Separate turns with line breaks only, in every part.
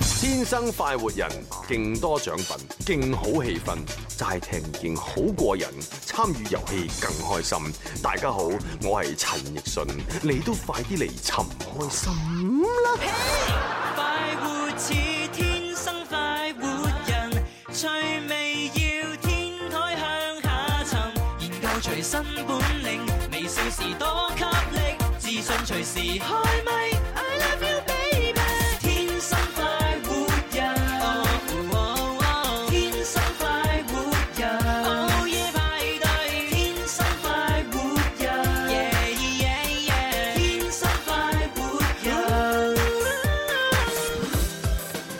天生快活人，勁多獎品，勁好氣氛，齋聽見好過癮，參與遊戲更開心。大家好，我係陳奕迅，你都快啲嚟尋開心啦！
快活似天生快活人，趣味要天台向下沉，研究隨身本領，微笑時多給力，自信隨時開咪。I love you baby，天生快活人，哦哦天生快活人，午夜派對，天生快活人，yeah yeah yeah，天生快活人。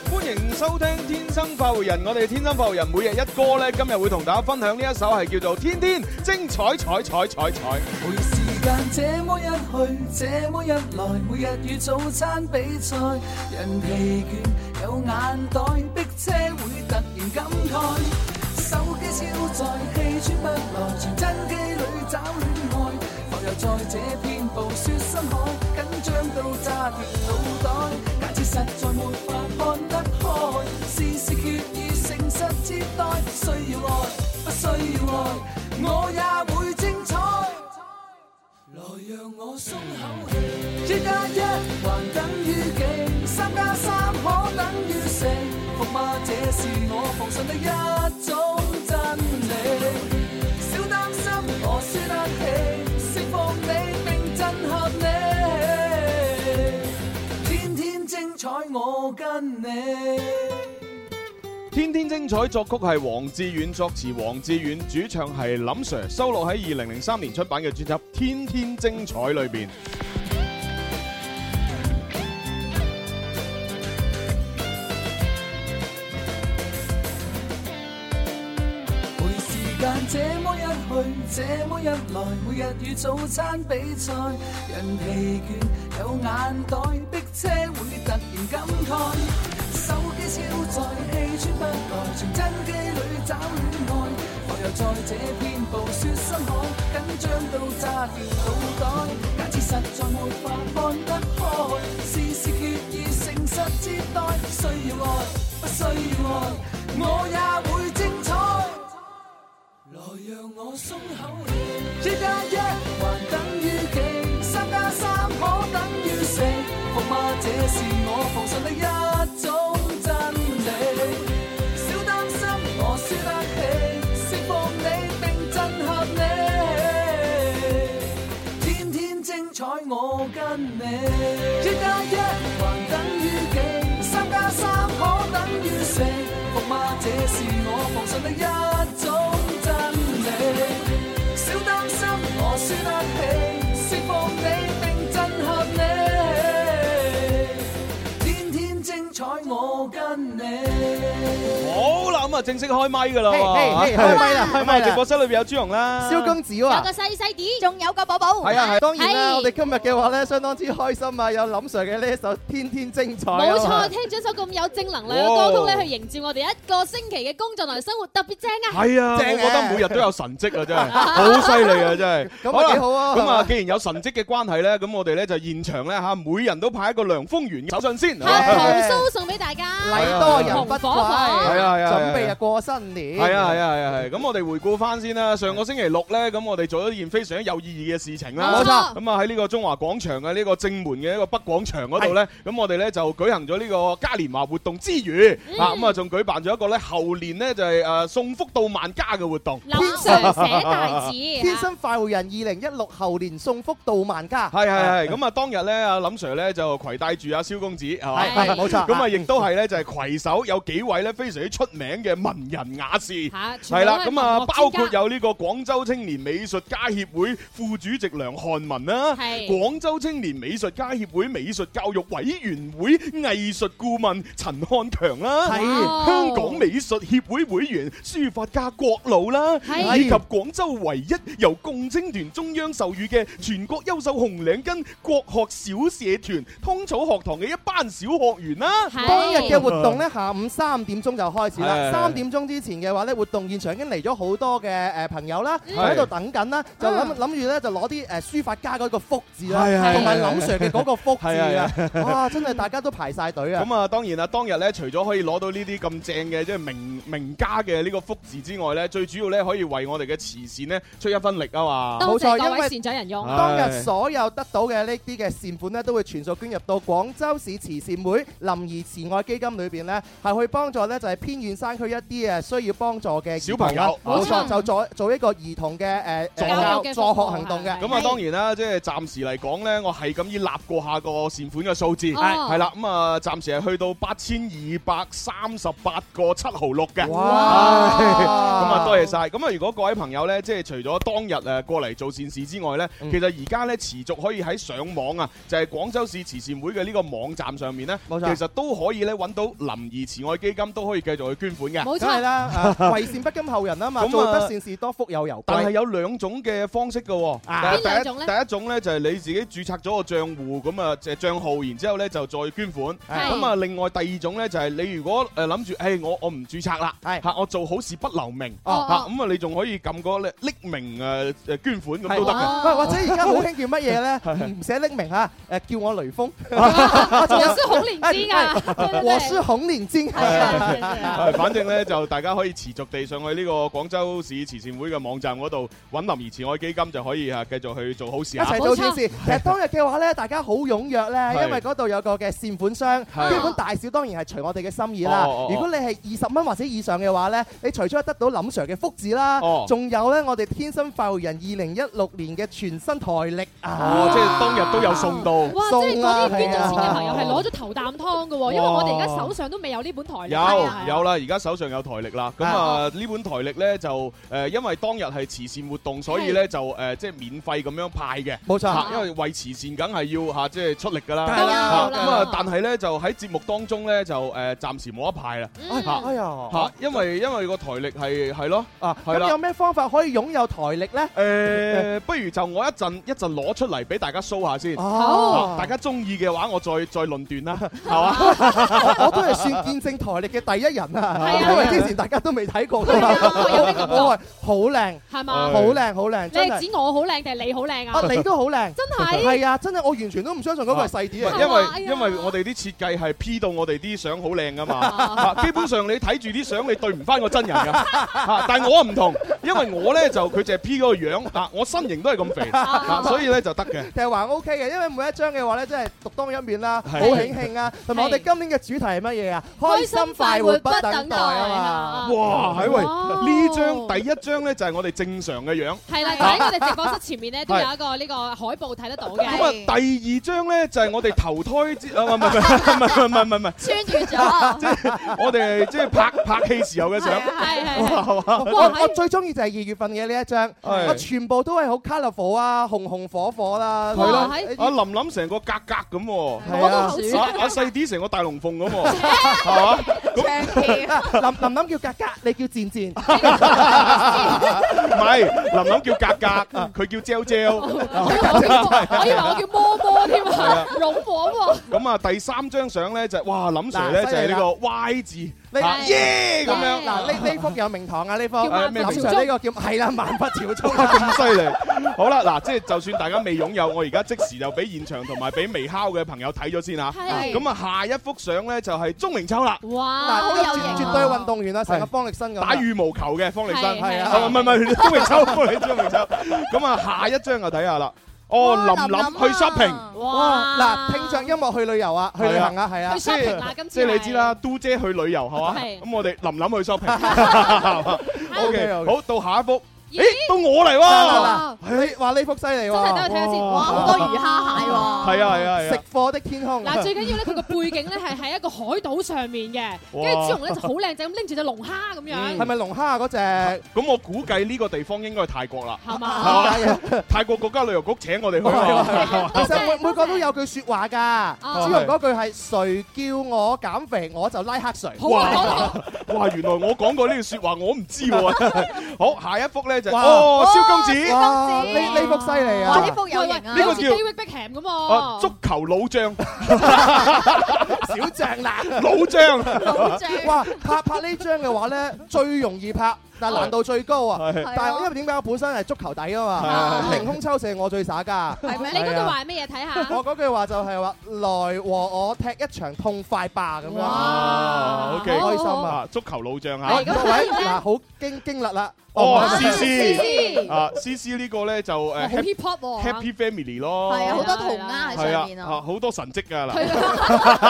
歡迎收聽《天生快活人》，我哋《天生快活人》每日一歌咧，今日會同大家分享呢一首係叫做《天天精彩彩彩彩彩》。
每時間這麼一去，這麼一來，每日與早餐比賽，人疲倦有眼袋，逼車會突然感慨，手機超載，氣喘不來，傳真機裏找戀愛，浮游在這片暴雪深海，緊張到炸斷腦袋，假設實在沒法看得開，事事決意誠實接待，需要愛，不需要愛，我也會精彩。來讓我鬆口氣，一加一還等於幾？三加三可等於四？伏嗎？這是我奉信的一種真理。小擔心，我輸得起，釋放你並震撼你，天天精彩我跟你。
天天精彩作曲係黃志遠，作詞黃志遠，主唱係林 Sir，收錄喺二零零三年出版嘅專輯《天天精彩》裏邊。
每時間這麼一去，這麼一來，每日與早餐比賽，人疲倦有眼袋，逼車會突然感慨，手機超載，氣喘不來，傳真機裏找戀愛，我又在這片暴雪深海，緊張到炸掉腦袋，假設實在沒法看得開，事事決意誠實接待，需要愛，不需要愛，我也會精彩。來讓我鬆口氣，一加一還等於幾？三加三可等於四？服嗎？這是我奉信的一種真理。小擔心，我輸得起，釋放你並震撼你，天天精彩我跟你。一加一還等於幾？三加三可等於四？服嗎？這是我奉信的一種。真理，少擔心，我輸得起，釋放你並震撼你，天天精彩我跟你。
好啦，咁啊正式開咪噶啦
嘿
喎，
嘿嘿開咪啦開
咁
咪
啊
啦
直播室裏邊有朱紅啦，
蕭公子啊
有個，細細啲，仲有個寶寶。
係啊係，當然啦，
係
我哋今日嘅話咧，相當之開心啊，有林 Sir 嘅呢一首《天天精彩》啊
冇
嘛
錯，聽咗首咁有正能量
哇
嘅歌曲咧，去迎接我哋一個星期嘅工作同埋生活，特別正啊！
係啊，我
正嘅
覺得每日都有神蹟啊，真係好犀利啊，真係。
咁啊幾好啊
咁
係
啊，
嘛
既然有神蹟嘅關係咧，咁我哋咧就現場咧嚇，每人都派一個梁風源嘅手信先。
係
係
係投訴送俾大家，
禮多人不
紅火火
怪，
啊係啊，
準備啊。過新年，
係啊係啊係啊係，咁我哋回顧翻先啦。上個星期六咧，咁我哋做咗一件非常有意義嘅事情啦。
冇錯
咁啊喺呢個中華廣場嘅呢個正門嘅一個北廣場嗰度咧，咁我哋咧就舉行咗呢個嘉年華活動之餘，
嗯
啊咁啊仲舉辦咗一個咧後年咧就係誒送福到萬家嘅活動。
樓上寫大字，
天生快活人二零一六後年送福到萬家，
係係係，咁啊當日咧，阿林 Sir 咧就攜帶住阿蕭公子係嘛，
係係冇錯
咁啊亦都係咧就係攜手有幾位咧非常之出名嘅文人雅士，
嚇全部都係
係啦，咁啊
文學
包括
專家
有呢個廣州青年美術家協會副主席梁漢文啦，
係
廣州青年美術家協會美術教育委員會藝術顧問陳漢強啦，
係
哇
香港美術協會會員書法家郭老啦，
係
以及廣州唯一由共青團中央授予嘅全國優秀紅領巾國學小社團通草學堂嘅一班小學員啦。
係。
當日嘅活動咧，下午三點鐘就開始
係
啦。三點鐘之前嘅話咧，活動現場已經嚟咗好多嘅誒朋友啦，
嗯
喺度等緊啦，就諗諗住咧就攞啲誒書法家嗰個福字啦，
係係
同埋
係係
林 Sir 嘅嗰個福字
係
啊
係，
哇！真係大家都排晒隊啊！
咁啊，當然啦，當日咧，除咗可以攞到呢啲咁正嘅即係名名家嘅呢個福字之外咧，最主要咧可以為我哋嘅慈善咧出一分力啊嘛。
冇
多
錯
謝各
因為
位善長人用。
當日所有得到嘅呢啲嘅善款咧，都會全數捐入到廣州市慈善會林兒慈愛基金裏邊咧，係去幫助咧就係偏遠山區一啲誒需要幫助嘅兒童啦
小朋
友
冇錯，
嗯
就做做一個兒童嘅誒
助學
教
嘅
助
服務
學行動嘅
係。
咁啊，當然啦，即係暫時嚟講咧，我係咁以立過下個善款嘅數字，
哦
係啦，咁啊，暫時係去到八千二百三十八個七毫六嘅。
哇！
咁
咁
啊，多謝晒。咁啊，如果各位朋友咧，即係除咗當日誒過嚟做善事之外咧，
嗯
其實而家咧持續可以喺上網啊，就係廣州市慈善會嘅呢個網站上面咧，
冇錯
其實都可以咧揾到林兒慈愛基金，都可以繼續去捐款嘅。
冇
梗係
錯，
啦，啊為善不甘後人啊
咁
嘛，
啊
做得善事多福有由
但係
歸。
有兩種嘅方式嘅喎，
啊
第一
邊兩種呢
第一種咧就係你自己註冊咗個帳戶，咁啊即係帳號，然之後咧就再捐款。
係
咁啊，另外第二種咧就係你如果誒諗住，誒我我唔註冊啦，
係
嚇我做好事不留名，嚇
哦
咁啊你仲可以撳個咧匿名誒誒捐款咁都得嘅。
哇
啊或者而家好興叫乜 嘢咧？唔寫匿名嚇，誒叫我 雷鋒，哎
我是孔令之啊，
我是孔連枝。
係，反正咧就大家可以持續地上去呢個廣州市慈善會嘅網站嗰度揾林兒慈愛基金就可以啊繼續去做好事
一
啊！
齊做善事。其實當日嘅話咧，大家好踴躍咧，
係
因為嗰度有個嘅善款箱，
係
基本大小當然係隨我哋嘅心意啦。
哦哦哦
如果你係二十蚊或者以上嘅話咧，你除咗得到林 Sir 嘅福字啦
哦，
仲有咧我哋天生快活人二零一六年嘅全新台曆
哦，即
啊！
係當日都有送到，
哇！即係嗰啲捐咗錢
送啊係
嘅
啊
朋友係攞咗頭啖湯嘅喎，因為我哋而家手上都未有呢本台歷。係啊
有有啦，而家手上有台歷啦。咁
哦
啊，呢本台歷咧就誒，因為當日係慈善活動，所以咧就誒即係免費咁樣派嘅。
冇錯
嚇因為為慈善梗係要嚇即係出力㗎啦。
梗係
嚇
啦
咁啊，但係咧就喺節目當中咧就誒暫時冇得派啦。
嗯
哎哎呀
嚇，因為因為個台歷係係咯。
啊！
係啦
咁有咩方法可以擁有台曆咧？
誒，呃不如就我一陣一陣攞出嚟俾大家 show 下先。
哦
嚇大家中意嘅話，我再再論斷 啦，係嘛？
我我都係算見證台歷嘅第一人啊，
係啊
因為之前大家都未睇過。
係啊有咩感覺
我係 好靚，
係
係
嘛？
好靚，好靚，
你
真
係
係
指我好靚定係你好靚啊？
哎啊！你都好靚。啊
真係
係啊，真係我完全都唔相信嗰個係細啲嚟嘅。
因
哎
為
呀
因為我哋啲設計係 P 到我哋啲相好靚噶嘛，
啊
啊基本上你睇住啲相你對唔翻個真人噶，啊但係我唔同，因為我咧就佢淨係 P 嗰個樣，啊我身形都係咁肥，啊所以咧就得嘅。
其實還 OK 嘅，因為每一張嘅話咧，真係獨當一面啦，
係
好慶慶啊！同埋我哋今年嘅主題係乜嘢啊？開心快活不等待啊嘛！
哇，係喂，
哇
呢張第一張咧就係我哋正常嘅樣，
係啦，就喺我哋直播室前面咧，都有一個呢個海報睇得到
咁啊
嘅，
第二張咧就係我哋投胎之啊唔係唔係唔係唔係唔係唔係，
穿越
啊
咗，係
我哋即係拍拍戲時候嘅相，
係係。
係嘛？
我
哇
我最中意就係二月份嘅呢一張，
係
我全部都係好 colourful 啊，紅紅火火啦，
哇
係
喺
阿啊林林成個格格咁喎。
啊係啊
我都好
阿阿細啲成個大龍鳳咁喎，啊係嘛？
林林林叫格格，你叫漸漸，
唔係，林林叫格格，佢叫 JoJo
我以為我叫摸摸添啊，擁火喎，
咁啊，第三張相咧就係哇，林 Sir
嗱
咧就係
犀利
呢
啦
個 Y 字，
你
啊
係
耶咁樣，
嗱呢呢幅有名堂啊，呢幅
叫萬
林
佛朝
Sir 呢
宗
個叫係啦，萬佛朝宗。
哇 咁犀利。好啦，嗱，即係就算大家未擁有，我而家即時就俾現場同埋俾微烤嘅朋友睇咗先嚇。
係
咁啊，下一幅相咧就係鐘明秋啦，
哇，
嗱，呢
好
個
有型啊，
絕絕對運動員啊，成個方力申咁啊。
打羽毛球嘅方力申，
係係
啊
啊唔係唔係鐘明秋，方力申鐘明秋。咁啊，下一張就睇下啦。哦，林林去 shopping。
哇！
哇，
嗱，聽着音樂去旅遊啊，去旅行啊，係啊
去。shopping 啦，今次
即係你
係
知啦，都姐去旅遊係嘛？
係
咁我哋琳琳去
OK，OK
shopping。O K，好，到下一幅，
咦
咦，到我嚟喎。
嗱嗱嗱，你哎話呢幅犀利
真
喎，
係等我睇下先，
哇
哇，好多魚蝦蟹喎。
係啊係啊係
食
啊，
貨的天空。
嗱，最緊要咧，佢個背景咧係喺一個海島上面嘅，跟
哇
住朱紅咧就好靚仔咁拎住隻龍蝦咁樣，
係咪龍蝦嗰只？
咁我估計呢個地方應該係泰國啦。
係
係
嘛？
啊
啊
泰國國家旅遊局請我哋去啊。
其 實每每個 都有句説話㗎。
哦
朱紅嗰句係誰叫我減肥，我就拉黑誰。
好啊，講到
哇，原來我講過呢句説話，我唔知 喎。好，下一幅咧就係
哇
哦，蕭公子，
哇！呢呢幅犀利啊！
喂喂
呢個
好似
叫哦
David Beckham 咁
啊
喎，
足球老將，
小象啦。
老張，
老啊正，
哇！拍拍呢張嘅話咧，最容易拍，但
哦
係難度最高啊！
係
但係因為點解我本身係足球底啊嘛，凌空抽射我最耍家。
係咪？你嗰句話係乜嘢？睇下。
我嗰句話就係話來和我踢一場痛快吧咁樣。
哇，OK，
開心啊
啊，足球老將
好
嚇
係。咁
各位嗱，好經經歷啦。
哦
唔係
思
思
思
思
啊，C C 呢個咧就
哇
誒
好
Happy
hip hop 喎。
Happy Family 咯，
係啊，好多塗鴉喺
係
上面
啊，啊
啊。
好多神跡㗎啦。啊
佢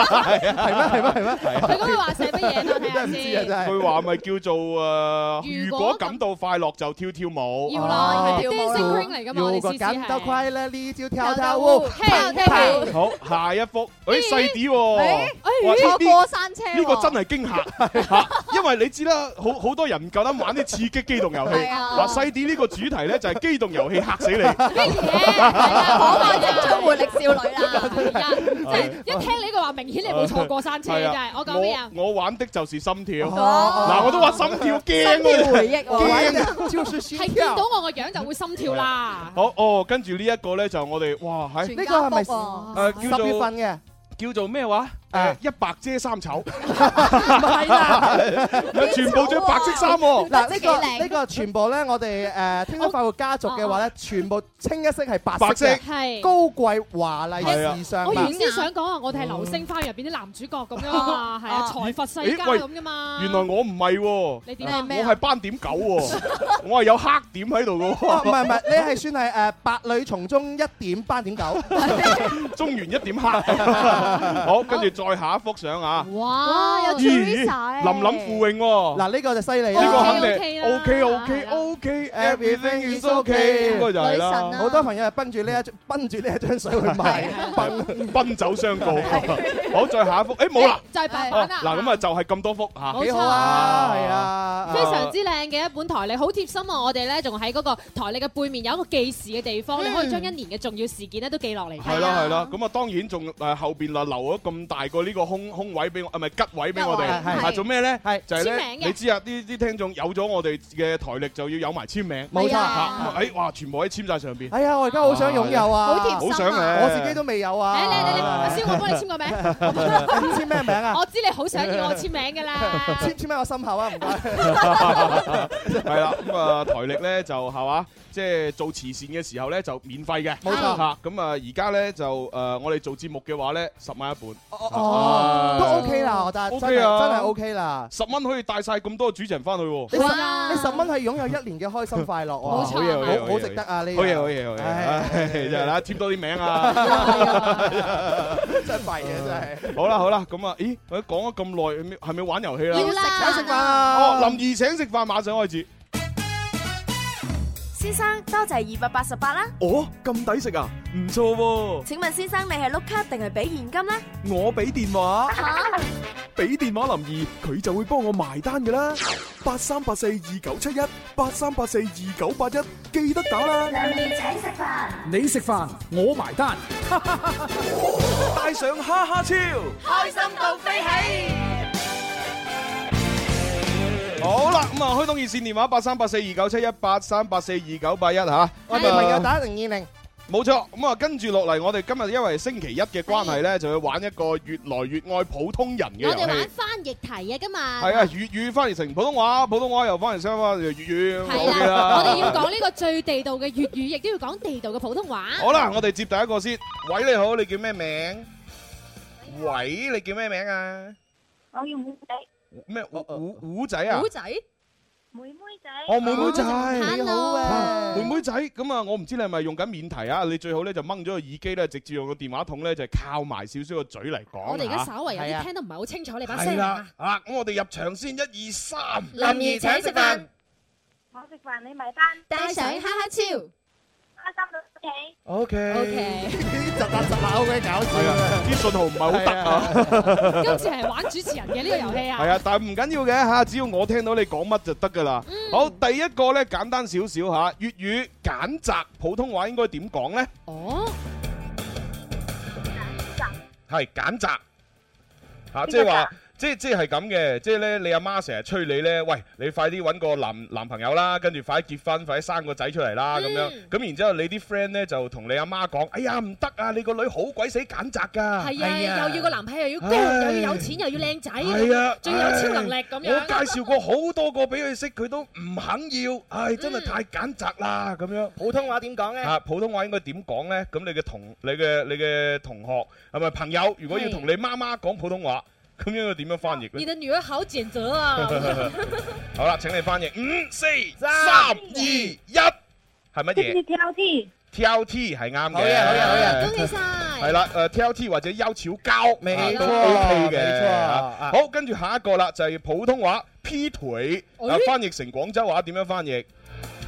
係咩？係咩？係咩？
啊佢嗰句話寫乜嘢啦？睇
真係
下
唔知啊！
先。
真係。
佢話咪叫做誒，
如果
如果
咁
感到快樂就跳跳舞。啊
要
哦
啦，係
跳舞
dancing queen 嚟噶嘛？我
如
哋
果
試試
感到
係。
快樂，呢招跳跳舞。
嘿嘿，
好，下一幅，誒細啲喎
哎。
哇呢
坐
啲
過山車喎，
呢個真係驚嚇 嚇，因為你知啦，好好多人唔夠膽玩啲刺激機動遊戲。
係啊
嗱，細啲呢個主題咧就係機動遊戲嚇死你，
乜嘢？
可愛青春活力少女啊啦。
係一聽呢句話，明顯你冇坐過山車真係。我講咩啊？
我我玩的就是心跳。
哦
嗱，我都話心跳驚啊！
回憶喎，
驚，就是心
係見
跳
到。我個樣就會心跳啦。
好哦，跟住呢一個咧就我哋哇喺
全家
呢個係咪
福喎
誒叫
十月份
做
嘅，
叫做咩話？誒
啊
一白遮三醜，
唔係啦。
全部着白色衫
嗱
喎。
呢
幾靚
個呢個全部咧，我哋誒天生快活家族嘅話咧，全部清一色係白
白
色嘅
色，
係。
高貴華
係
麗
啊
時尚
我
吧
原先想講啊，我哋係流星花園入邊啲男主角咁樣
哦
啊嘛，係啊，
啊
財閥世家
咦喂
咁噶嘛。
原來我唔係喎，
你點啊？
咩
我
啊
係斑點狗 喎，我係有黑點喺度嘅
哦，唔
喎，
係唔係，你係算係誒白女從中一點斑 點九，
中原一 點黑。好，跟住再下一幅相啊。
哇！有
有
咦
Teresa
林林附泳喎，
嗱呢個就犀利
呢個肯
啦。
定
OK，OK
OK
啦係
OK
啊
OK
Everything
everything
is
is
okay
OK，應該就係
女神
啦
啊，
好多朋友係奔住呢一奔住呢一張水去買， 奔
奔走相告。好，再下一幅，誒冇啦，
就係白
哦
板啦。
嗱咁啊就係咁多幅嚇，
冇
幾好啊，係啊，
非常之靚嘅一本台歷，好貼心啊！我哋咧仲喺嗰個台歷嘅背面有一個記事嘅地方，你可以將一年嘅重要事件咧都記落嚟。
嗯係啦係啦，咁啊當然仲誒後邊啊留咗咁大個呢個空空位俾我，啊唔係吉位俾我
吉
哋，
位係
係做咩咧？
係
就係
簽
咧，
名嘅
你知啊啲啲聽眾有咗我哋嘅台歷就要有埋簽名，
冇
係
錯
啊。
嚇咁誒哎哇全部喺簽晒上邊，
哎呀，我而家好想擁有啊，
好貼
好
心
想
啊
咧，
我自己都 未有
嚟
啊。
嚟嚟嚟，阿蕭， 我幫你簽個名。
你簽咩名啊？
我知你好想要我簽名㗎 啦。
簽簽喺我心口啊，唔該。
係啦，咁啊台歷咧就係嘛，即係做慈善嘅時候咧就免費嘅，
冇錯
嚇。咁啊而家咧就誒我哋做節目嘅話咧十蚊一本，
哦，都 Ờ, OK 啦，我覺得真
OK à.
係
啊
真係 OK 啦。
十蚊可以帶晒咁多主持人翻去喎。
你十
哇
你十蚊係擁有一年嘅開 心快樂喎，
冇錯好嘢好
嘢
好
好嘢
好值得啊呢個。
好嘢好嘢好嘢，
唉
唉真係啦，貼多啲名啊！
真係廢 啊真係。
好啦好啦，咁啊，咦，我講咗咁耐，係咪係咪玩遊戲啦？
請食飯啊！
哦，林怡請食飯，馬上開始。
先生多謝二百八十八啦。
哦，咁抵食啊，唔錯喎！
請問先生你係碌卡定係俾現金呢？
我俾電話，俾電話林怡，佢就會幫我埋單噶啦。八三八四二九七一，八三八四二九八一，記得打啦。
你食飯，我埋單。
帶上哈哈超，
開心到飛起！
好啦，咁啊，開通熱線電話八三八四二九七一八三八四二九八一吓。
我哋朋友打零二 零，
冇錯，咁啊跟住落嚟，我哋今日因為星期一嘅關係呢，就去玩一個越來越愛普通人嘅
我
遊
哋玩
戲。
翻譯題啊，今日
係啊，粵語翻譯成普通話，普通話又翻譯成翻粵語
係
，OK
啦，我哋要
啦。
講呢個最地道嘅粵語，亦都要講地道嘅普通話。
好啦，我哋接第一個先。喂，你好，你叫咩名？喂，你叫咩名啊？
我要妹仔，
咩胡胡胡仔
à?
啊？
仔
妹妹仔，
哦，妹妹仔。
你好
À.
啊，
妹妹仔，咁啊，我唔知你係咪用緊免提啊？你最好咧就掹咗個耳機咧，直接用個電話筒咧就靠埋少少個嘴嚟講啊。
我哋而家稍為有
係啊
啲聽得唔係好清楚你把
係
聲
啦
啊。，
啊咁我哋入場先，一二三，
林怡請食飯，
我食飯你埋單，
帶上哈哈超。
開心到屋企。
O
O
K，
呢
K，
啲窒下窒下好鬼搞
係
笑
啊
啊，！
啲信號唔係好得啊，
今次係玩主持人嘅呢個遊戲
係
啊。
啊，但係唔緊要嘅吓，只要我聽到你講乜就得噶啦。好，第一個咧簡單少少吓，粵語簡摘普通話應該點講咧？
哦，
係簡摘吓，即係話即即係咁嘅，即係咧，你阿媽成日催你咧，喂，你快啲揾個男男朋友啦，跟住快啲結婚，快啲生個仔出嚟啦，咁樣。咁然之後，你啲 friend 咧就同你阿媽講：，哎呀，唔得啊，你個女好鬼死揀擇㗎。
係啊，又要個男朋友又要高，
哎唉
又要有錢，又要靚仔，
係啊，
仲要有超能力咁
唉我介
樣。
紹過好多個俾佢識，佢都唔肯要，唉，真
嗯
係太揀擇啦，咁樣。
啊普通話點講 咧？
啊，普通話應該點講呢？咁你嘅同你嘅你嘅同學係咪朋友？如果要
係
同你媽媽講普通話，咁應該點樣翻譯
你
呢？
的女兒好揀擇 啊！
好啦，請你翻譯，五、四、
三
三、二、一，係乜嘢
TLT
？TLT 係啱嘅。
好嘢好嘢好嘢
恭喜晒！
係啦，誒 TLT 或者優巧膠，
沒
啊
錯
都
沒錯
OK 嘅。啊
啊
好，跟住下一個啦，就係普通話劈腿，啊
哎
翻譯成廣州話點樣翻譯？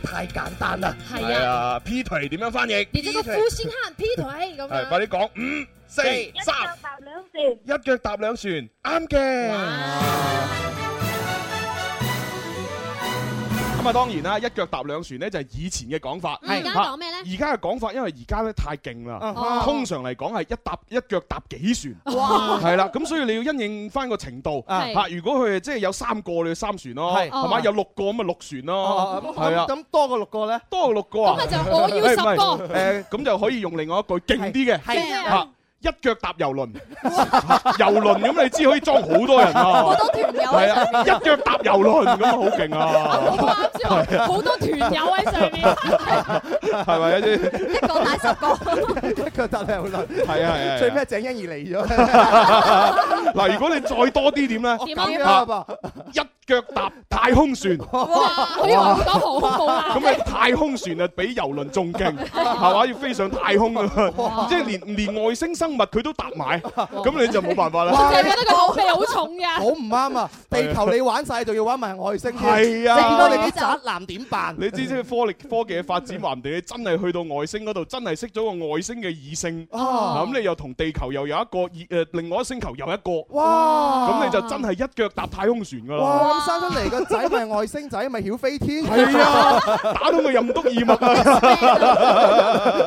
太簡單啦！
係啊，
啊，劈腿點樣翻譯？
你這個負心漢劈腿咁
係
樣。
快啲講，五、四、
一
三。
腳踏兩船。
一腳踏兩船，啱嘅。咁啊，當然啦，一腳踏兩船咧就係以前嘅講法。
嗯
而家
嚇
講咩咧？
而家嘅講法，因為而家咧太勁
啊
啦。
哦
通常嚟講係一踏一腳踏幾船，
哇！
係啦，咁所以你要因應翻個程度
啊
係
嚇。如果佢係即係有三個，你就三船咯，
係哦
係
哦
嘛？有六個咁咪六船咯，係
咁
啊，
咁多過六個咧？
多過六個啊
咁咪。 就我要十
誒唔
個，
係誒咁就可以用另外一句勁啲嘅。
係啊
嚇一腳踏遊輪， 遊輪咁你知可以裝好多人啊
好。多團友
係
喺上
啊，一腳踏遊輪咁啊，好勁
好
啊，
啱先話好多團友喺上面，
係咪先？
一個打十個，
一腳踏兩輪，
係啊係
最
啊。最
尾
咩？
鄭欣宜嚟咗，
嗱，如果你再多啲點咧？
點
咁樣
啊？
噃，
一腳踏太空船，
哇！我以為會講航空母
咁
艦，
你太空船啊比遊輪仲勁，係嘛？要飛上太空啊，即係連連外星生物佢都搭埋，咁你就冇辦法啦。
我淨係覺得佢口味好重
好
嘅。
唔啱啊！地球你玩晒，仲要玩埋外星添，
係啊
你見到你啲宅男點辦？
你知唔知科力科技嘅發展，話唔定你真係去到外星嗰度，真係識咗個外星嘅異性，
啊！
咁你又同地球又有一個，誒另外一星球又一個，
哇！
咁你就真係一腳踏太空船㗎啦。
哇！咁生出嚟個仔咪外星仔，咪曉飛天，
係啊， 打到個任督二脈啊！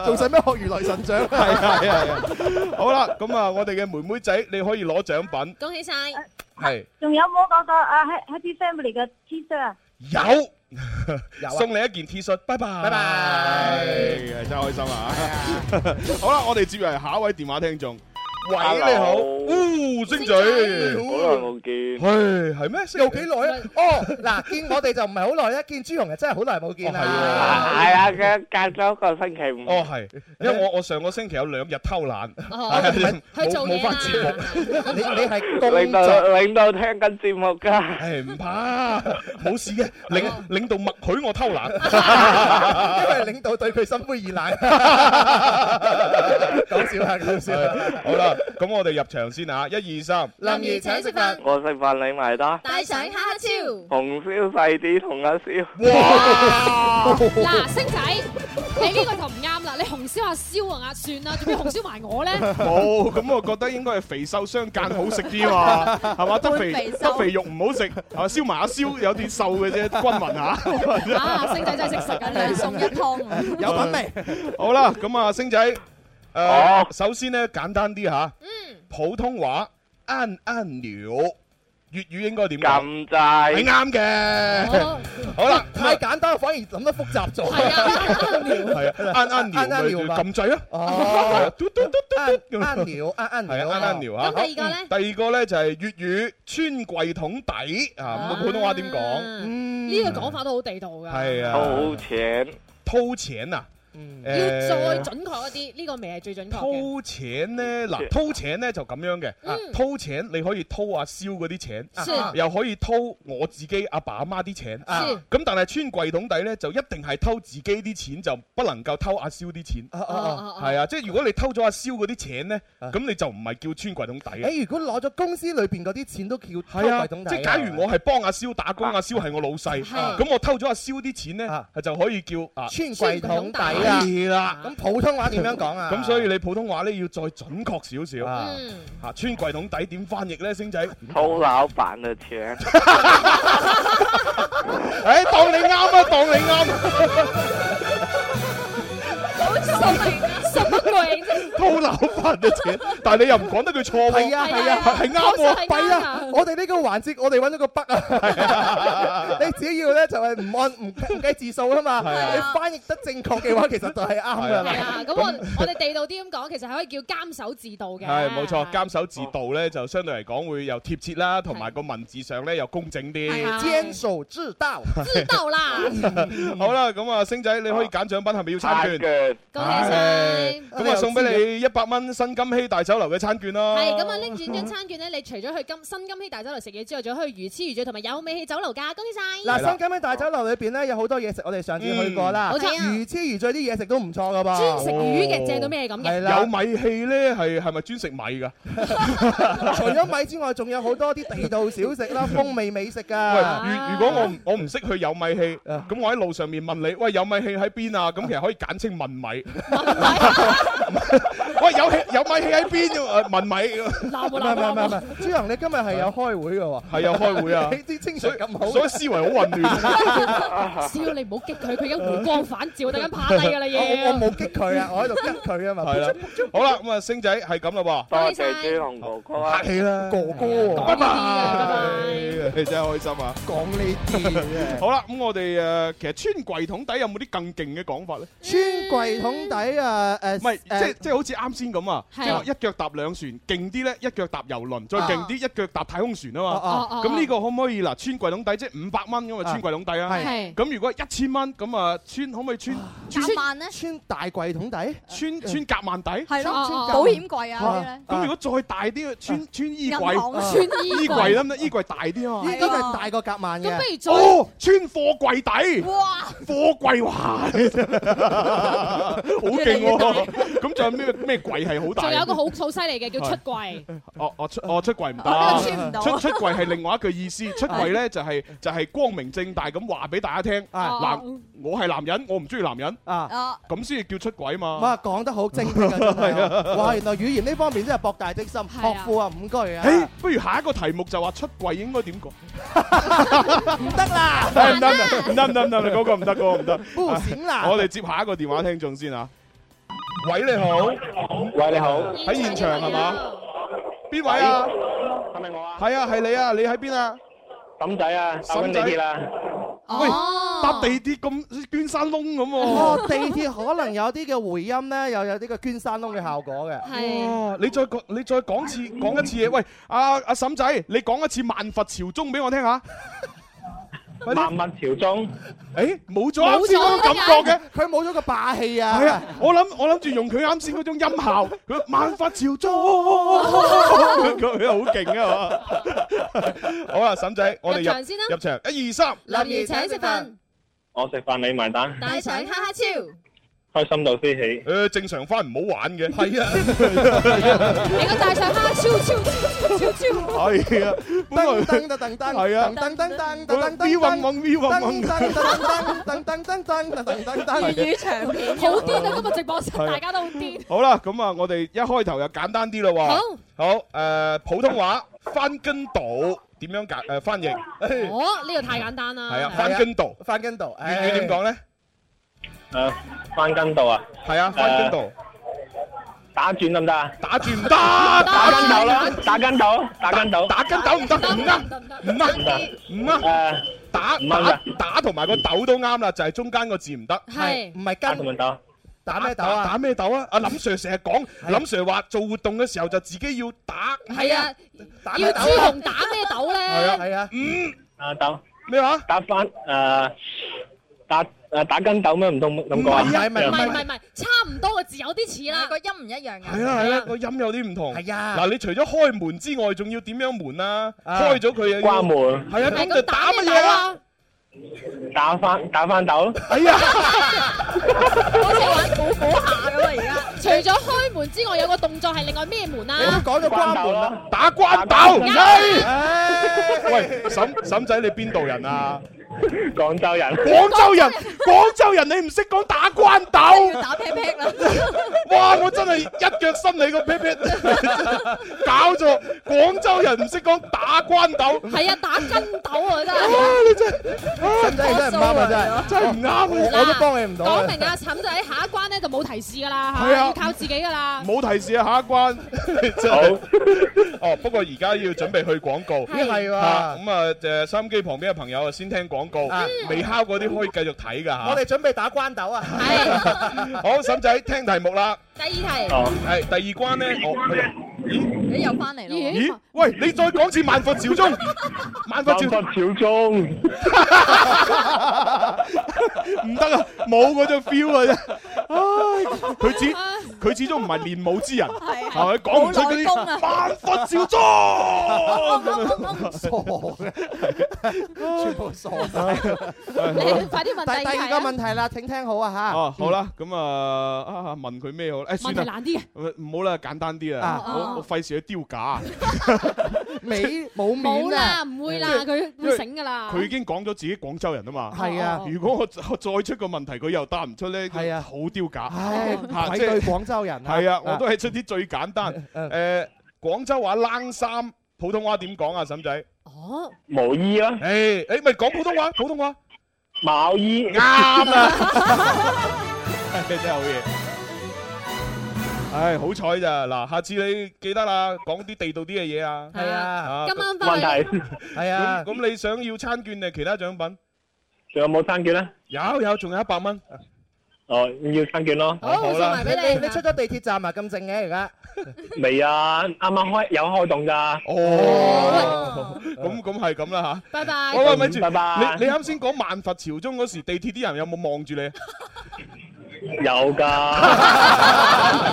仲使咩學如來神掌？
係啊係啊係啊！好啦，咁啊，我哋嘅妹妹仔，你可以攞獎品，
恭喜晒！
係
呃仲有冇嗰個啊 Happy Family 嘅 T 恤啊？
有
有啊
送你一件 T 恤，拜拜哎
拜拜
真係開心啊！ 好啦，我哋接入嚟下一位電話聽眾，喂
Hello
你好，烏星嘴，
好耐冇見，
係係咩？
又幾耐啊？哦，嗱，見我哋就唔係好耐咧，見朱紅啊真係好耐冇見啦。
係啊，隔隔咗一個星期五，
哦，係，因為我我上個星期有兩日偷懶，
哦去做
啊
冇
嘢
翻節目。
啦。
你你係
領
工
導
作
領導聽緊節目㗎，
唉，唔怕，冇事嘅，領領導默許我偷懶。
因為領導對佢心灰意冷。講笑啊，講笑啊。
好啦，咁我哋入場先啊，一二三，
林怡請食飯，
我食飯你埋單，
帶上蝦超。
紅燒細啲同阿燒，
哇！
嗱，星 仔，你呢個就唔啱啦。你紅燒下燒啊，算啦，做咩紅燒埋我咧？
冇，咁我覺得應該係肥瘦相間好食啲 嘛，係嘛？得肥
半肥瘦
得肥肉唔好食，啊燒埋阿燒有啲瘦嘅啫，均勻下。
À,
啊，星仔真係識食啊！
兩
你
餸一湯。
有品味。
好啦，咁啊，星仔，
好
誒，首先咧簡單啲嚇，普通話啱啱了，粵語應該點講？
咁
係
滯，
啱嘅。
好
好啦，
太簡單，反而諗得複雜
係
咗。
啊，
係啊，啱
啱
啱
啱
了
了
咪
嘛
撳掣咯。 係啊
哦，
嘟嘟嘟
啱
嘟嘟
啱了，啱啱
係
了，
啊，啱啱。聊啊。
咁第二個咧
第二個咧就係粵語穿櫃桶底啊，咁普通話點講？
啊
嗯，
呢個講法都好地道㗎。
係
好
啊，
錢，
掏錢啊，
嗯
要
誒
再準確一啲，呢個未係最準確嘅。
掏錢咧，
嗯
嗱掏錢咧就咁樣嘅，啊
嗯
掏錢你可以掏阿蕭嗰啲錢，
是
啊又可以掏我自己阿爸阿媽啲錢。
啊
是
咁但係穿櫃桶底咧，就一定係偷自己啲錢，就不能夠偷阿蕭啲錢。
啊啊
哦
啊！
哦哦
係啊，即係如果你偷咗阿蕭嗰啲錢咧，
啊
咁你就唔係叫穿櫃桶底嘅。
誒，如果攞咗公司裏邊嗰啲錢都叫
係
係
啊，啊即係假如我係幫阿蕭打工，阿蕭係我老細，
係
咁我偷咗阿蕭啲錢
啊
咧，就可以叫啊
穿櫃桶底啊，
係啦。
咁普通話點樣講啊？
咁所以你普通話咧要再準確少少
À.
啊
嗯，
嚇，穿櫃桶底點翻譯咧，星仔？
偷老闆嘅錢，
誒，當你
à,
啱啊，當你啱。
好聰明啊，什麼
偷老闆嘅錢，但係你又唔講得佢錯喎，
係啊係啊，
係係啱喎，
弊啊！我哋呢個環節，我哋揾咗個北 啊，你只要咧就係唔按唔唔計字數啊嘛，
係啊
你翻譯得正確嘅話，其實就係啱噶
係啊
啦，。
咁我我哋地道啲咁講，其實可以叫監守自盜嘅。
係冇錯，監守自盜咧就相對嚟講會又貼切啦，同埋個文字上咧又工整啲。
堅守之道，
知道啦。
好啦，咁啊，星仔你可以揀獎品，係咪要餐券？
恭
喜晒！咁啊，送俾你一百蚊新金禧大酒樓嘅餐券啦。
係咁啊！拎住張餐券咧，你除咗去金新金禧大酒樓食嘢之外，仲可以魚翅魚嘴同埋有味氣酒樓㗎，恭喜晒！
嗱，新金禧大酒樓裏邊咧有好多嘢食，我哋上次去過啦，
嗯冇錯
魚翅魚嘴啲嘢食都唔錯噶噃，哦
專食魚嘅正到咩啊咁嘅
係啦
有米氣咧，係係咪專食米㗎？
除咗米之外，仲有好多啲地道小食 啦，風味美食啊
喂，
噶。
如如果我唔我唔識去有米氣，咁我喺路上面問你，喂有米氣喺邊啊？咁其實可以簡稱問米。 喂有氣有米氣喺邊啫？誒問米。
唔係唔係唔係唔係，朱紅，你今日係有開會嘅喎。
係有開會 啊
你啲清水咁好，
所以思維好 混亂。
笑你唔好激佢，佢已經回光返照，突然間趴低㗎啦 要。
我我冇激佢啊，我喺度激佢啊嘛。
係 啦，好啦，咁啊，星仔係咁啦
多謝
噃，
朱紅哥哥啊
客！氣啦，哥哥，拜拜，你真係開心啊！
講呢啲
好啦，咁我哋誒，其實穿櫃桶底有冇啲更勁嘅講法咧？
穿櫃桶底啊誒，
唔係，
誒
即即係好似啱先咁啊，即
係
係話一腳踏兩船，勁啲咧一腳踏遊輪，再勁啲一腳踏太空船啊
哦
嘛
哦。
咁呢個可唔可以嗱穿櫃桶底，即係五百蚊咁啊穿櫃桶底啊？
係係
咁如果一千蚊咁啊穿，可唔可以穿
夾萬咧？穿大櫃桶底？嗯
穿穿夾萬底？
穿
係咯
穿夾
保險櫃啊嗰啲咧
咁如果再大啲，穿穿衣
銀行
櫃，
啊穿衣櫃
衣櫃得唔得？衣櫃大啲啊嘛。
呢個係大過夾萬嘅。
咁不如再哦穿貨櫃底
哇！
貨櫃哇，你真係
啊
好勁喎！咁仲有咩咩櫃係好大？
仲有一個好好犀利嘅叫出櫃，
哦哦出哦出櫃唔
哦呢個穿唔到
得，出出櫃係另外一個意思。出櫃咧就係就係光明正大咁話俾大家聽，
哦
嗱我係男人，我唔中意男人
啊，
咁先至叫出櫃嘛。
哇，講得好精辟啊！真
係
係
啊
哇，原來語言呢方面真係博大精深，學富啊五句啊。
誒，不如下一個題目就話出櫃應該點講？
唔得啦，
哎唔得唔得唔得唔得唔得，嗰個唔得，嗰個唔得。
不行啦
啊我哋接下一個電話聽眾先啊。喂，你好。喂，你好。喺現場係嘛？邊位啊？係咪我啊？係啊，係你啊！你喺邊啊？
嬸仔啊，搭緊地鐵啦。
喂，搭地鐵咁捐山窿咁喎。
哦，地鐵可能有啲嘅回音咧，又有啲嘅捐山窿嘅效果嘅。
哇！你再講，你再講次，講一次嘢。喂，阿阿嬸仔，你講一次萬佛朝宗俾我 聽下。萬佛朝宗。誒，冇咗啱先嗰種感覺嘅。
佢冇咗個霸氣啊！
係啊，我諗我諗住用佢啱先嗰種音效，佢萬佛朝宗，佢佢佢好勁啊嘛！好啦，嬸仔，我哋
入場先啦
入場，一二三，
怡請食飯，
我食飯你埋單，
大腸哈哈超。
開心到飛起。
誒，正常翻唔好玩嘅。係啊，
你個大腸蝦超超超超超！
係啊，
噔噔噔噔噔，
係啊
噔噔噔噔噔噔
咪嗡嗡咪嗡
噔
嗡
噔噔噔噔噔噔噔噔噔，
好癲啊！今日直播室大家都好癲。
好啦，咁啊，我哋一開頭又簡單啲啦。
好，
好誒，普通話翻跟斗點樣解誒翻譯？係
哦，呢個太簡單啦。
啊，翻跟斗，
翻跟斗，
粵語點講咧？
誒，翻跟度啊？
係啊，翻跟斗，
打轉得唔得啊？
打轉唔得，打
跟斗啦，打跟斗，打跟斗，
打跟斗唔得，唔啱，唔啱，唔啱。打
唔啱
打打同埋個斗都啱啦，就係中間個字唔得。
係唔係
打同埋
跟
斗。
打咩斗啊？
打咩斗啊？阿林 Sir 成日講，林 Sir 話做活動嘅時候就自己要打。
係啊，
打
要
咩
朱
斗
紅打咩豆咧？
係啊。
嗯。
啊斗。
咩話？
打翻誒打誒打跟斗咩？唔通
Ừ.
咁講啊？
唔係唔係唔係，差唔多個字有啲似啦，個音唔一樣
係啦係啦，個音有啲唔同。係
啊
嗱，你除咗開門之外，仲要點樣門啊？
啊
開咗佢又要
關門
係
係
啊，咁
咁
就
打
打
咩
乜
斗
嘢
啊
啊？
打翻打翻斗。
哎呀！
好似玩估估下咁啊！而家除咗開門之外，有個動作係另外咩門啊？
講咗關門啦，
打關
打關
斗。
鬥
哎喂，嬸嬸仔，你邊度人啊？
廣州人，
廣州人，廣州人你唔識講打關鬥，
打屁屁啦！
哇！我真係一腳伸你個屁屁，搞咗廣州人唔識講打關鬥，
係啊，打筋斗啊，真
哇！
係。
你真係
真係真係唔啱啊！真係
真係唔啱啊
我我都幫你唔到啊。
講明啊，陳仔下一關咧就冇提示噶啦，
係啊
要靠自己噶啦。
冇提示啊，下一關 真係哦，不過而家要準備去廣告，
係係喎
啊咁啊誒，收音機旁邊嘅朋友啊，先聽廣告
嗯，
未敲嗰啲可以繼續睇㗎嚇。
我哋準備打關鬥啊！
好，沈仔聽題目啦。
第二題，
哦，係第二關哦咧，我
你又翻嚟啦喎！
咦？喂，你再講次萬佛朝宗，萬佛朝
萬佛朝宗，
唔得啊，冇嗰種 feel 啊！真唉，佢始佢始終唔係練武之人，
係啊
係咪講唔出嗰
冇內功啊
啲萬佛朝宗
傻嘅，全部傻晒。
你快啲問
第第二
第二題啊
個問題啦，請聽好啊嚇。
哦，好啦，咁啊啊問佢咩好咧？誒，
問
算
題
啦，
難啲嘅。
唔好啦，簡單啲啦
啊，
我我費事去丟架，
美冇
冇
面啊
啦，！唔會啦，
Ờ,
即係
佢
因為
會醒噶啦。
佢已經講咗自己廣州人啊嘛。
係啊
哦，
如果我 我再出個問題，佢又答唔出咧，
係啊
好丟架。
唉，
嚇
愧
即係
對廣州人啊！嗯
係啊，我都係出啲最簡單。誒，廣州話冷衫，普通話點講啊，嬸仔？
哦，
毛衣啦，
誒誒，咪講普通話，普通話
毛衣，
啱啊！真係好嘢。唉，好彩咋嗱，下次你記得啦，講啲地道啲嘅嘢啊。
係啊，
啊
今晚翻嚟
問題
係
咁
啊，
咁你想要餐券定其他獎品？
仲有冇餐券咧？
有有，仲有一百蚊。
哦，要餐券咯，
Ờ,
好
好
送
啦
埋
你
俾
你
你
你出咗地鐵站啊，咁靜嘅而家。
未啊？啱啱開有開動㗎，
哦，咁咁係咁啦
拜
吓。
拜。
喂喂，咪住，
拜拜
你你啱先講萬佛朝宗嗰時，地鐵啲人有冇望住你啊？
有 㗎，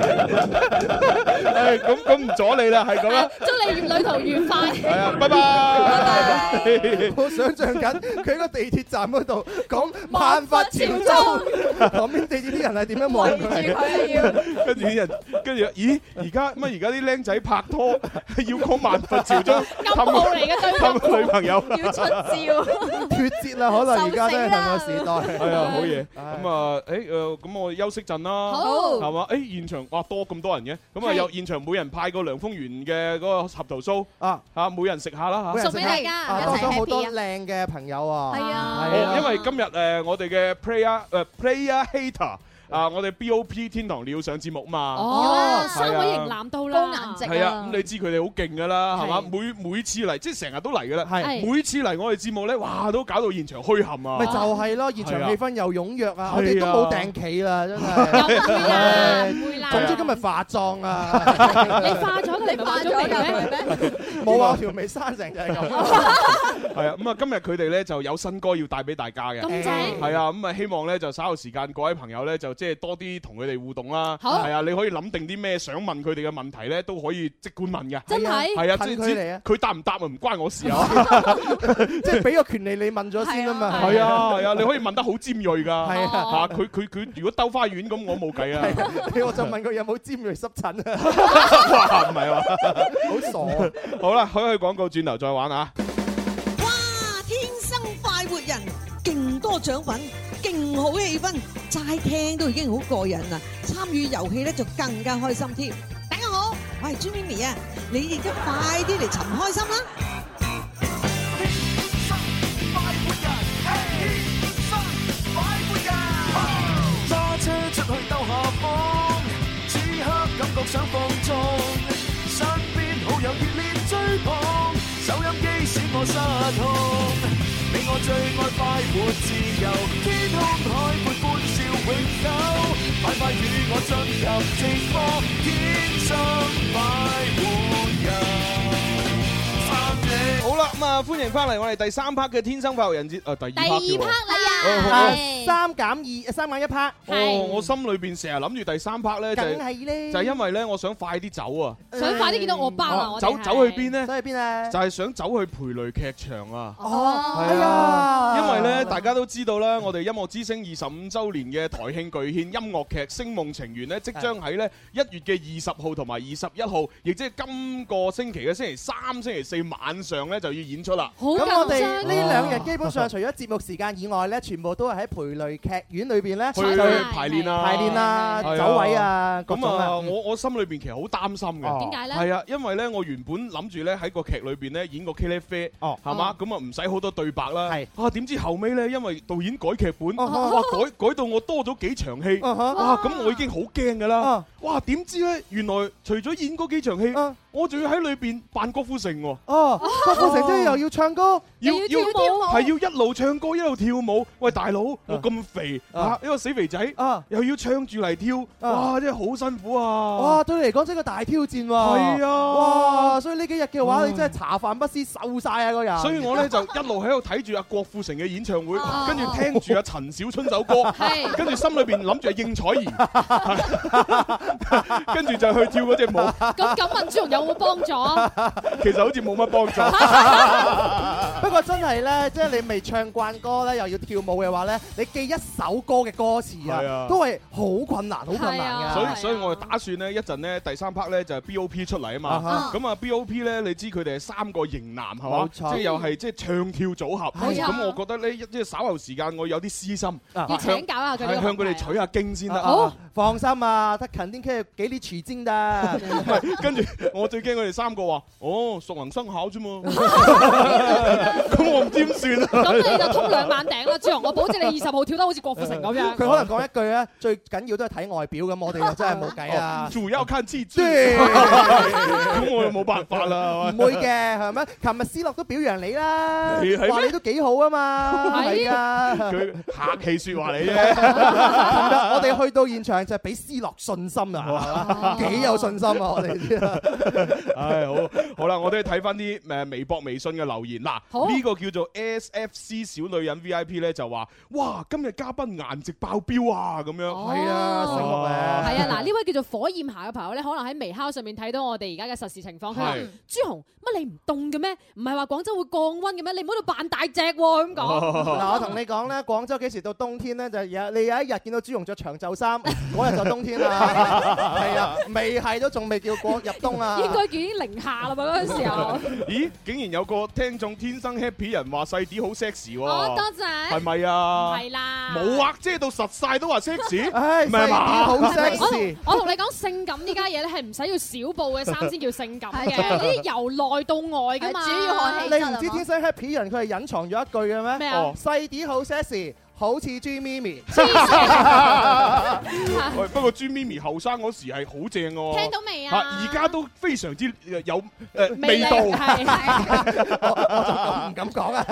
唉，咁咁唔阻你啦，係咁啊啦，
祝你旅途愉快。
係啊，拜拜。
我想象緊佢喺個地鐵站嗰度講萬佛朝宗，旁邊地鐵啲人係點樣望
圍住
佢？
佢要
跟住啲人，跟住咦？而家乜？而家啲僆仔拍拖 要講萬佛朝宗，
暗號嚟嘅對
氹
暗
個女朋友，
要 出招，
脱節啦，可能而家真係同個時代。
係啊，好嘢。咁啊，誒誒，咁我休息陣啦。係嘛？誒現場哇多咁多人嘅，咁啊
係
有現場每人派個涼風園嘅嗰個合桃酥
啊，
嚇，每人食下啦
每人
嚇。
送
食
俾
下
大家
啊
一
多
齊
咗好多
happy 啊！
靚嘅朋友啊！
係
à.
啊
係
哦，因為今日誒我哋嘅 player 誒 player hater 啊，我哋 BOP 天堂鳥上節目嘛。
哦，
係啊
三位型男到啦，
高顏值
係啊，咁你知佢哋好勁噶啦，係嘛？
係
每每次嚟，即係成日都嚟噶啦。
係
係
每次嚟我哋節目咧，哇，都搞到現場虛冚
咪
啊！
就係咯，現
à.
場氣氛又踴躍啊！我哋
係
都
啊
冇訂企啦，真
又
係。
會啦，唔會啦。
總之今日化妝啊，
你化咗佢，你
你
唔係化
化
咗
咗
佢咩？
㗎佢咩？
冇啊，條眉生成就係咁。
係啊，咁啊，今日佢哋咧就有新歌要帶俾大家嘅。
咁正，
係啊，咁啊希望咧就稍後時間各位朋友咧就即係多啲同佢哋互動啦。
好
係啊，你可以諗定啲咩想問佢哋嘅問題咧，都可以即管問嘅。
真係
係啊，
問
即
佢
即
哋啊
佢答唔答啊，唔關我 事啊。
即係俾個權利你問咗先啊嘛。
係啊，係啊，你可以問得好尖鋭㗎。
係啊。
嚇佢佢佢如果兜花園咁，我冇計啊。
我就問佢有冇尖鋭濕疹啊，
哇，唔係啊。
好傻啊！
好啦，開開廣告，轉頭再玩啊。
哇！天生快活人，勁多獎品，勁好氣氛，齋聽都已經好過癮啦！參與遊戲咧就更加開心添。大家好，我係朱咪咪啊，你哋都快啲嚟尋開心啦！
揸車出去兜下風，此刻感覺想放縱，身邊好友熱烈追捧，收音機使我失控。你我最愛快活自由，天空海闊歡笑永久，快快與我進入直播，天生快活人，翻你。
好啦，咁啊歡迎翻嚟我哋第三 part 嘅《天生快活人節》啊，第二
第
part 嘅
二
喎
part
啊
啦，係
哦三減二，三減一 part，
哦，我心裏邊成日諗住第三 part 咧，就
梗
係
係咧。
就係因為咧，我想快啲走啊。
想快啲見到我包啦！啊我哋
走
係
走去邊咧？
哦走去邊啊？
就係想走去陪雷劇場啊！
哦，
係
係
啊
啊，
因為咧，大家都知道啦，我哋音樂之星二十五週年嘅台慶巨獻音樂劇《星夢情緣》咧，即將喺咧一月嘅二十號同埋二十一號，亦即係今個星期嘅星期三、星期四晚上咧，就要演出啦。
啊
咁我哋呢兩日基本 上除咗節目時間以外咧，全部都係喺培雷劇院裏邊咧
去排練啊，
排練啊，走位啊，哦各
咁
種
啊，
啊。
我我心裏邊其實好擔心嘅。
點解呢
係啊，因為咧，我原本諗住咧喺個劇裏邊咧演個茄喱啡，
哦
係嘛，咁啊唔使好多對白啦。係啊，點知後尾咧，因為導演改劇本，
哦
哇改改到我多咗幾場戲，哇咁我已經好驚㗎
哦
啦。哇，點知咧，原來除咗演嗰幾場戲，我仲要喺裏邊扮郭富城喎。
哦，郭富城真係又要唱歌，
要要係要一路唱歌一路跳舞。喂，大佬，我咁肥啊，一個死肥仔，又要唱住嚟跳，
啊
哇，真係好辛苦啊！
哇，對你嚟講真係個大挑戰喎。
係啊
哇，所以呢幾日嘅話，
唉
你真係茶飯不思，瘦晒啊個人。
所以我咧就一路喺度睇住阿郭富城嘅演唱會，跟住聽住阿陳小春首歌，跟住心裏邊諗住係應采兒， 跟住就去跳嗰隻舞。
咁咁問朱紅有冇幫助啊？
其實好似冇乜幫助。
不過真係咧，即係你未唱慣歌咧，又要跳舞嘅話咧，你記一首歌嘅歌詞
係
啊，
啊
都係好困難，好困難㗎。
所以所以我就打算咧一陣咧第三 part 咧就係 BOP 出嚟啊嘛
啊，哈
咁啊 BOP 咧你知佢哋係三個型男係嘛
冇，
即
錯
係又係即係唱跳組合，
係啊
咁我覺得呢，即係稍後時間我有啲私心，啊
要
向
請教下佢呢個
係向佢
問
哋
題啊
取下經先得。
好，放心啊，得勤天 K 幾啲廚精得。
唔係跟住我最驚佢哋三個話，哦，熟能生巧啫 嘛，咁我唔知點算啊。
咁 你就通兩晚頂啦，朱紅，我保證你二十號跳得好似郭富城咁
佢
樣。
可能講一句咧，最緊要都係睇外表咁，我哋就真係冇 計啊。
主要看氣質，
對
咁我又冇辦法啦。
唔會嘅，係咪？琴日思樂都表揚你啦
係係咩，
話你都幾好啊嘛，係啊。
佢客氣説話嚟 啫。
我哋去到現場就係俾思樂信心啊，幾有信心啊！我 哋啲啊
唉，好好啦，我都要睇翻啲誒微博、微信嘅留言。嗱，
好
呢個叫做 SFC 小女人 VIP 咧就話：哇，今日嘉賓顏值爆表啊！咁樣係
啊醒目咧
哦係啊，嗱呢位叫做火焰下嘅朋友咧，可能喺微烤上面睇到我哋而家嘅實時情況。佢話
係：
朱紅乜你唔凍嘅咩？唔係話廣州會降温嘅咩？你唔好喺度扮大隻喎咁
嗱，我
講。
同你講咧，廣州幾時到冬天咧？就有你有一日見到朱容着長袖衫，嗰日就冬 天啦。係啊，未係都仲未叫過入冬啊。
應該已經零下啦嘛嗰陣 時候。
咦，竟然有個聽眾天生 happy 人話細啲好 sexy 喎，
哦多謝
係咪啊？
係啦
冇啊，遮到實晒都話 sexy，
唉
唔係嘛？
細啲好
我同我同你講，性感呢家嘢咧係唔使要小布嘅衫先叫性感嘅，
係啊
呢啲由內到外噶嘛。
你唔知天生 happy 人佢係隱藏咗一句嘅咩？
咩啊哦
細啲好 sexy，好似朱咪咪。
喂，不過朱咪咪後生嗰時係好正喎，
聽到未啊
而家都非常之呃有誒
魅
味
力
道，
係
唔敢講 啊，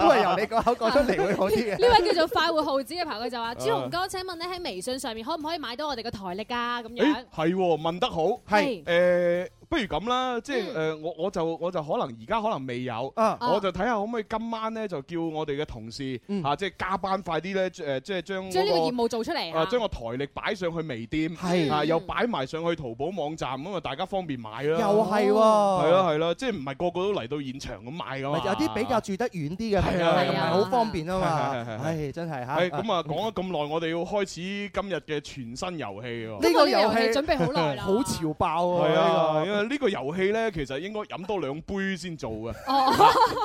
都係由你個口講出嚟會好啲嘅。
呢位叫做快活耗子嘅朋友就話：朱紅哥，請問咧喺微信上面可唔可以買到我哋嘅台歷啊？咁樣
誒係喎，問得好，
係
誒。不如咁啦，即
嗯
係誒，我我就我就可能而家可能未有，
啊
我就睇下可唔可以今晚咧就叫我哋嘅同事
嗯
嚇，即係加班快啲咧，誒即係將
將呢個
嗰個
業務做出嚟
啊，
啊！
將個台歷擺上去微店，
係
啊，又擺埋上去淘寶網站咁啊，大家方便買啦。
又係喎
係啦係啦，即係唔係個個都嚟到現場咁買噶 嘛？
有啲比較住得遠啲嘅朋友，
係啊
又唔係好方便啊
係係係係
嘛。唉，真係嚇。
係咁啊，講咗咁耐，我哋要開始今日嘅全新遊戲喎。
呢個遊戲
準備好耐啦
好潮爆喎。
係
呢個
啊，因為呢個遊戲咧，其實應該飲多兩杯先做嘅。
哦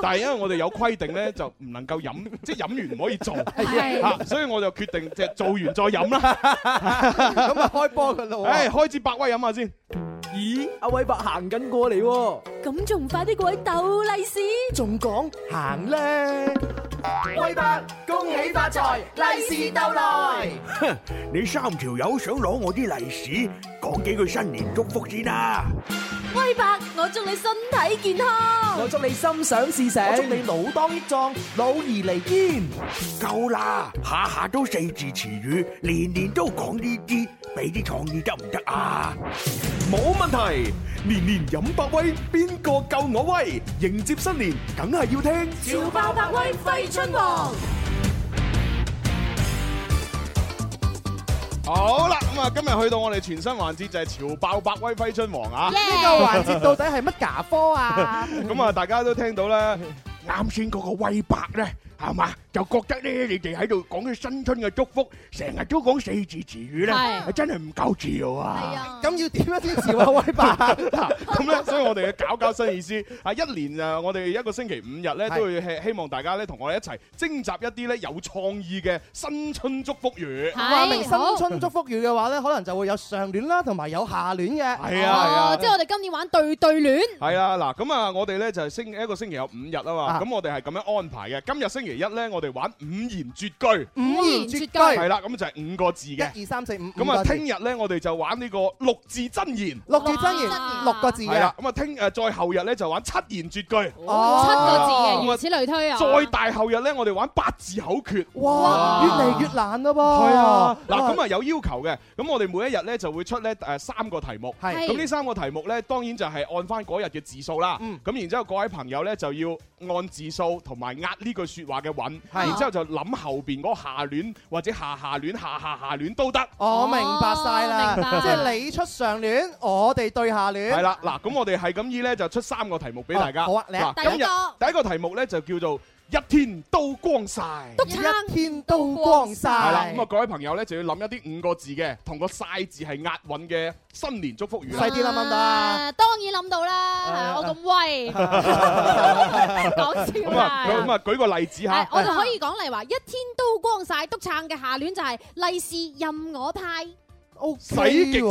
但係因為我哋有規定咧，就唔能夠飲，即係飲完唔可以做。
係
嚇所以我就決定即係做完再 飲啦。
咁啊開波㗎咯
誒，開始百威飲下先。
咦，阿偉伯行緊過嚟喎，
咁仲快啲過去斗利是，
仲講行咧。
威伯恭喜發財，利是到來。
哼，你三條友想攞我啲利是，講幾句新年祝福先啦。
威伯，我祝你身體健
啊
康。
我祝你心想事成，
我祝你
老當益壯，老而彌堅。
夠啦，下下都四字詞語，年年都講呢啲，俾啲創意得唔得啊？
冇問題，年年飲百威，邊個夠我威？迎接新年，梗係要聽
潮爆百威揮春王。
好啦，咁啊，今日去到我哋全新環節就係潮爆百威揮春王啊！
呢個環節到底 係乜牙科啊？
咁啊，大家都聽到啦，啱先嗰個威伯咧
係嘛？就覺得咧，你哋喺度講啲新春嘅祝福，成日都講四字詞語咧，
係
係真係唔夠字
咁
喎。
要點樣先至話 威霸？
咁咧，所以我哋嘅搞搞新意思啊！一年啊，我哋一個星期五日咧，
係
都會希希望大家咧同我哋一齊徵集一啲咧有創意嘅新春祝福語。
話明新春祝福語嘅話咧，可能就會有上聯啦，同埋有下聯嘅。
係啊
哦，即係我哋今年玩對對聯。
係啊，嗱，咁啊，我哋咧就係星一個星期有五日啊嘛，
啊
咁我哋係咁樣安排嘅。今日星期一咧，我哋玩五言絕句，
五言絕句
係啦，咁就係五個字嘅。
一二三四五，
咁啊，
五個字
聽日咧，我哋就玩呢個六字真言。
六字真言六個字
係
嘅
啦，。咁啊，聽誒再後日咧就玩七言絕句，七個字
哦
七個字嘅如此類推啊
再大後日咧，我哋玩八字口訣。
哇，越嚟越難咯噃。
係啊，嗱
哇
咁啊有要求嘅，咁我哋每一日咧就會出咧誒三個題目，
係
咁呢三個題目咧當然就係按翻嗰日嘅字數啦，
嗯
咁然之後各位朋友咧就要按字數同埋押呢句説話嘅韻，
係
然之後就諗後邊嗰下聯或者下下聯、下下下聯都得。
哦我哦明白晒
明白
啦，即係你出上聯，我哋對下聯。
係啦，嗱，咁我哋係咁依咧就出三個題目俾大家。
哦好啊嚟啊
嗱，今
第一
日第一個題目咧就叫做一天都光晒。
一天都光晒。
係啦，咁啊，各位朋友咧就要諗一啲五個字嘅，同個晒字係押韻嘅新年祝福語啦。
細啲諗諗啦。
啊，當然諗到啦，啊係我咁威，
啊
講笑
咁啊，
啦。
咁啊，舉個例子
係
嚇，
我哋可以講例話一天都光晒，督撐嘅下聯就係利是任我派。
O
使極使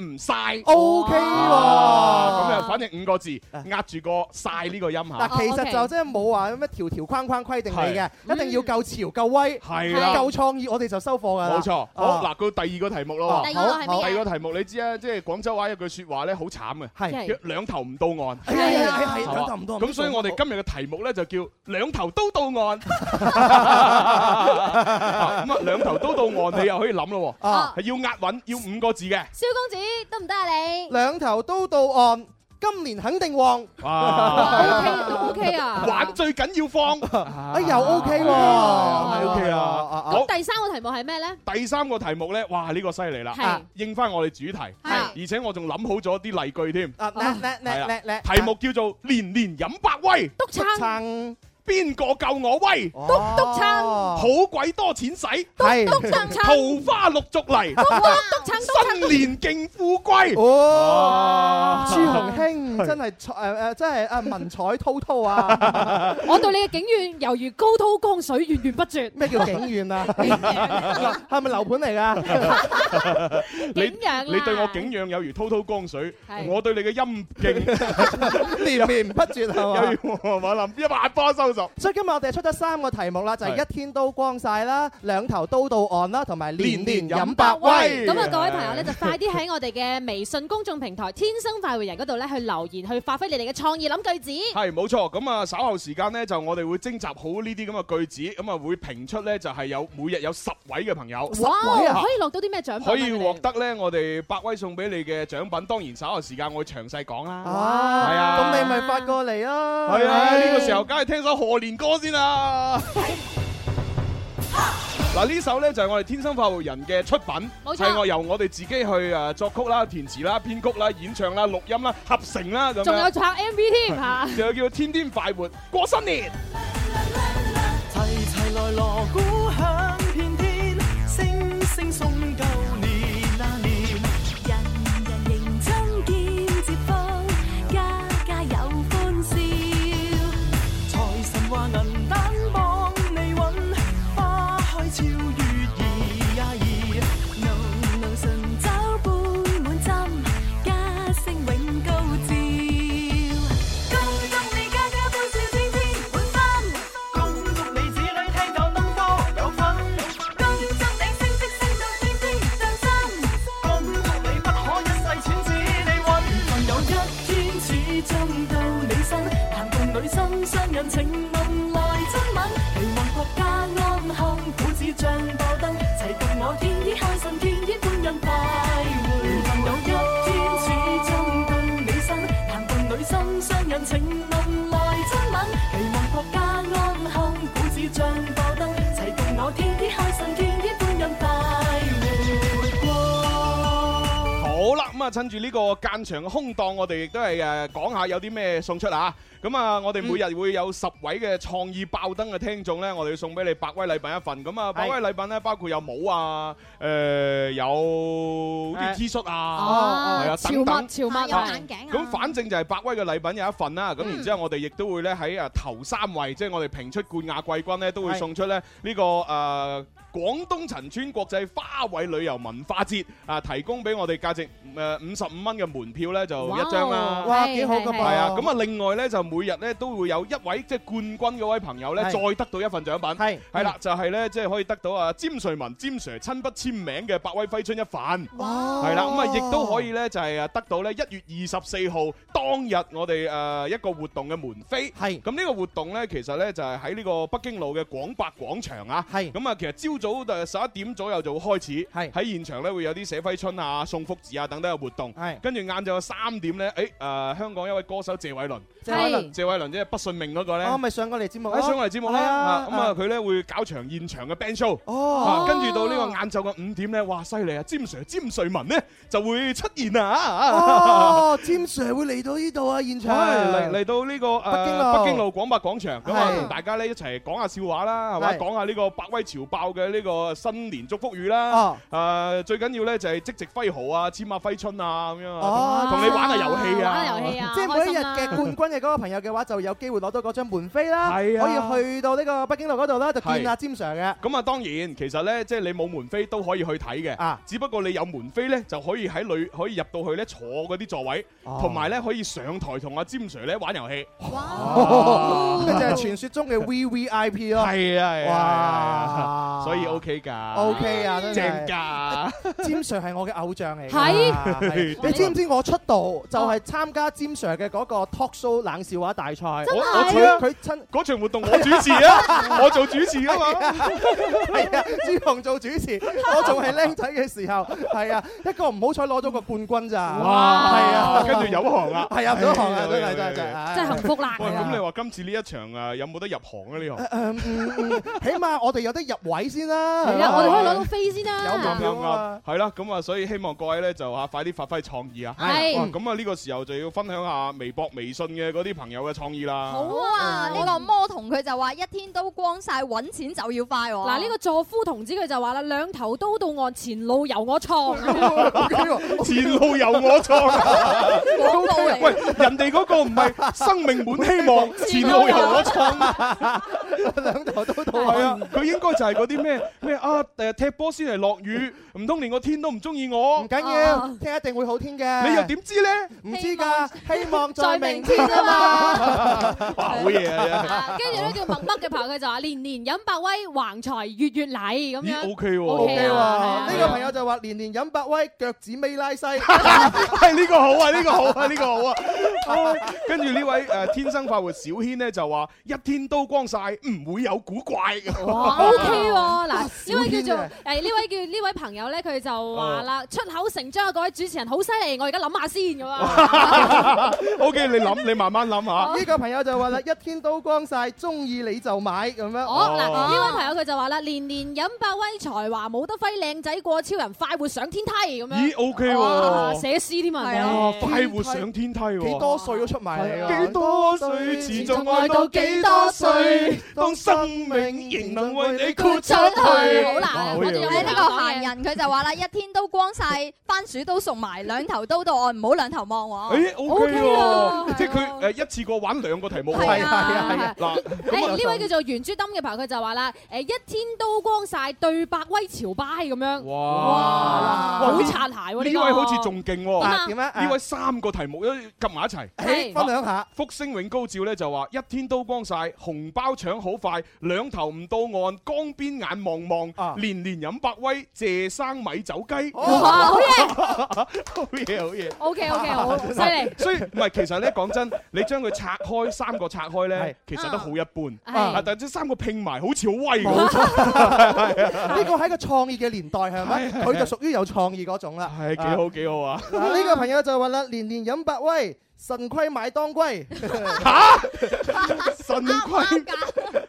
唔晒。
O K
啊咁
喎。
啊，反正五個字押住個晒呢個音嚇。
嗱，其實就真係冇話咩條條框框規定你嘅，
係
一定要夠潮、夠威、
係啦
夠創意，我哋就收貨㗎啦。
冇錯，好嗱，佢第二個題目咯
哦
喎。
第二個係咩啊
第二個題目你知啊，即係廣州話有句説話咧，好慘嘅，
係
叫兩頭唔到岸。
係係係係
嘛
兩頭唔到岸
咁所以我哋今日嘅題目咧就叫兩頭都到 岸。咁啊，兩頭都到岸，你又可以諗咯喎。
啊
係要押韻，要五個字嘅。
蕭公子得唔得啊你？
兩頭都到岸，今年肯定旺。
哇
OK，都 OK 啊
玩最緊要放。
啊，又 OK 喎。
OK 啊。好
咁第三個題目係咩咧？
第三個題目咧，哇！呢、個犀利啦，
係
應翻我哋主題，而且我仲諗好咗啲例句添。
啊叻叻叻
係啊
叻叻
題目叫做年年飲百威，
督
撐
邊個夠我威？
督
督撐
好鬼多錢使，
係
督撐撐
桃花陸續嚟，
督撐督撐
新年勁富貴。
哦
哇，
朱紅興真係誒誒，真係啊文采滔滔啊！
我對你嘅景遠猶如高滔江水，源源不絕。
咩叫景遠啊？係咪樓盤嚟㗎？
你
景仰啦
你對我景仰有如滔滔江水
係，
我對你 嘅陰勁
連綿不絕 係嘛
有如我諗一萬波收拾。
所以今日我哋出咗三個題目啦，就係
係
一天都光晒啦，兩頭都到岸啦，同埋年年飲百
百
威。
咁啊，各位朋友咧就快啲喺我哋嘅微信公眾平台《天生快活人》嗰度咧去留言，去發揮你哋嘅創意，諗句子。
係冇錯，咁啊稍後時間呢，就我哋會徵集好呢啲咁嘅句子，咁啊會評出呢，就係有每日有十位嘅朋友，
哇！可以落到啲咩獎品啊？
可以獲得呢我哋百威送俾你嘅獎品，當然稍後時間我會詳細講啦。
啊，
係啊，
咁你咪發過嚟啊！
係啊，呢個時候梗係聽首賀年歌 先啦。嗱呢首呢就係我哋天生快活人嘅出品，
冇錯
係我由我哋自己去誒作曲啦、填詞啦、編曲啦、演唱啦、錄音啦、合成啦咁樣。
仲有拍 MV 添嚇。
仲有叫天天快活過新年。
齊齊來鑼鼓響遍天，聲聲送舊年那年。
人人認真見接福，家家有歡笑。
財神話銀蛋幫你揾，花開超月兒呀兒。
路路順走半滿針，家聲永高照。
恭祝你家家歡笑天天滿心，恭祝你子女聽講東坡有份，恭祝你升職升到天天上身，恭祝你不可一世錢只你揾。
但有一天始終到你身，談共女心相印，請問來親吻，期望國家安康，股市漲爆燈，齊共我天天開心，天天歡欣快活。但有一天始終到你身，談共女心相印，請問來親吻，期望國家安康，股市漲爆燈，齊共我天天開心，天天歡欣快活過。
好啦，咁、咁啊，趁住呢個間場嘅空檔，我哋亦都係誒講下有啲咩送出啊。咁啊，我哋每日會有十位嘅創意爆燈嘅聽眾咧，我哋要送俾你百威禮品一份。咁啊，百威禮品咧包括有帽啊，誒有啲 T 恤啊，
哦
係啊
潮
等等
物潮物
啊
有眼鏡啊
咁反正就係百威嘅禮品有一份啦。咁然之後，我哋亦都會咧喺誒頭三位，即係我哋評出冠亞季軍咧，都會
係
送出咧呢個誒。廣東陳村國際花卉旅遊文化節啊，提供俾我哋價值誒五十五蚊嘅門票咧，就一張啦。
哇係幾好㗎噃
係啊，咁啊，另外咧就每日咧都會有一位即係冠軍嗰位朋友咧，
係
再得到一份獎品。係係啦，就係咧即係可以得到啊詹瑞文、詹 Sir 親筆簽名嘅百威揮春一份。
哇
係啦，咁啊，亦都可以咧就係啊得到咧一月二十四號當日我哋誒一個活動嘅門飛。係咁呢個活動咧，其實咧就係喺呢個北京路嘅廣百廣場啊。係咁啊，其實朝早誒十一點左右就會開始。係喺現場咧會有啲寫揮春啊、送福字啊等等嘅活動。係跟住晏晝三點咧，誒誒香港一位歌手謝偉麟，
謝偉麟
謝偉麟即係不信命嗰個咧。
我咪上過嚟節目咯，
喺上嚟節目咧，
係
啊
啊
咁啊佢咧會搞場現場嘅 band show，
哦
啊跟住到呢個晏晝嘅五點咧，哇犀利啊！詹 Sir、詹瑞文咧就會出現啊！
哦，詹 Sir 會嚟到呢度啊，現
係
場
嚟嚟到呢個
北京
誒
路
北京路廣百廣場，咁啊
係
同大家咧一齊講下笑話啦，係嘛？
係
講下呢個百威潮爆嘅呢個新年祝福語
哦
啦。誒最緊要咧就係即席揮毫啊，簽下揮春啊咁樣啊，
哦
同同你玩下遊戲啊，
即係每一日嘅冠軍嘅嗰個朋友嘅話，就有機會攞到嗰張門飛啦，可以去到呢個北京路嗰度啦，就見阿
啊係
詹 Sir 嘅。
咁啊，當然其實咧，即係你冇門飛都可以去睇嘅，啊，只不過你有門飛咧，就可以喺裏可以入到去咧坐嗰啲座位，同埋咧可以上台同阿詹 Sir 咧玩遊戲。啊
哦，呢就係傳説中 嘅 V V I P 咯。
係啊，係啊，
哇
所以 OK 㗎
OK 啊，真係
正㗎。
詹 Sir 係我嘅偶像嚟㗎。
啊係哦
係啊你知唔知我出道就係參加詹 Sir 嘅嗰個 talk show 冷笑話大賽？
我我知啊，
佢親
嗰場活動我主持啊，我做主持啊嘛。
係啊，朱紅做主持，我仲係僆仔嘅時候，係啊，一個唔好彩攞咗個冠軍咋，
哇
係啊，
跟住入行啦
係啊，入咗行啊，真
哎
係真係真係，
真係幸福啦
喂，
係啊
咁你話今次呢一場啊，有冇得入行咧？呢行？
嗯嗯嗯起碼我哋有得入位先啦，
啊
係啦，我哋可以攞到飛先啦。
有門
啱
票啊
啱係啦，咁啊，所以希望各位咧就啊快啲發揮創意啊！
係
哇咁啊，呢個時候就要分享下微博、微信嘅嗰啲朋友嘅創意啦。
好啊！呢個魔童佢就話一天都光晒，揾錢就要快喎。
嗱，呢個助夫童子佢就話啦，兩頭刀到岸，前路由我創。
前路由我創。
廣告嚟
喂，人哋嗰個唔係生命滿 希望，前路由我創。
兩頭都到
係啊，佢應該就係嗰啲咩咩啊誒踢波先嚟落雨，唔通連個天都唔中意我？唔
緊要，
啊
聽一定會好天嘅。
你又點知咧？
唔知 㗎，希望在明天
在明天
啊
啊
嘛。
哇，好嘢啊！
跟住咧叫默默嘅朋友佢就話年年飲百威，橫財月月嚟咁樣。
咦，OK 喎
OK
嘅
啊
話，呢個朋友就話年年飲百威，腳趾尾拉
啊
西。
係呢個好啊，呢個好啊，呢個好啊！啊跟住呢位誒天生快活小軒咧就話一天都光晒，唔會有古怪。
哇，OK 喎，嗱，呢位
小
叫做
軒啊哦
誒呢位叫呢位朋友咧，佢就話啦，出口成章啊！各位主持人好犀利，我而家諗下先咁啊。
O K，你諗，你慢慢諗
哦
下。
呢個朋友就話啦，一天都光晒，中意你就買咁樣。
哦，嗱，呢位朋友佢就話啦，年年飲百威，才華冇得揮，靚仔過超人，快活上天梯咁樣。
咦，OK 喎
哇寫詩添啊，人哋
哇快活上天梯喎！
幾多歲都出埋嚟啊！
幾多歲持續愛到幾多歲？當生命仍能為你豁出去。
好
哇
難，
好
我
嘢
哋
好
呢
嘢
個閒人佢就話啦，一天都光晒，番薯都熟埋，兩頭刀到岸，唔好兩頭望我。
誒 OK à. 喎，即係佢誒一次過玩兩個題目喎。
啊係啊
係啊係啊
嗱，咁啊
誒呢位叫做圓珠燈嘅朋友佢就話啦，誒一天都光晒對百威朝拜咁樣，
哇！
好擦鞋喎
呢
個
位好似仲勁
點啊
喎，
點啊
呢位三個題目都夾埋一齊，
係分
享下。
福星永高照咧就話一天都光晒，紅包搶好快，兩頭唔到岸，江邊眼望望，年年飲百威，謝生米走雞。
啊哇好嘢！
好嘢，好嘢。
OK，OK，好犀利
所以唔係，其實咧講真，你將佢拆開三個拆開咧，其實都好一般。
係
啊，但係即三個拼埋好似好威
冇
咁。
呢個喺個創意嘅年代係咪？
啊係係啊
佢就屬於有創意嗰種啦。
係幾好幾 好啊！
嗱，呢個朋友就話啦，年年飲百威， 腎虧買當歸。
腎虧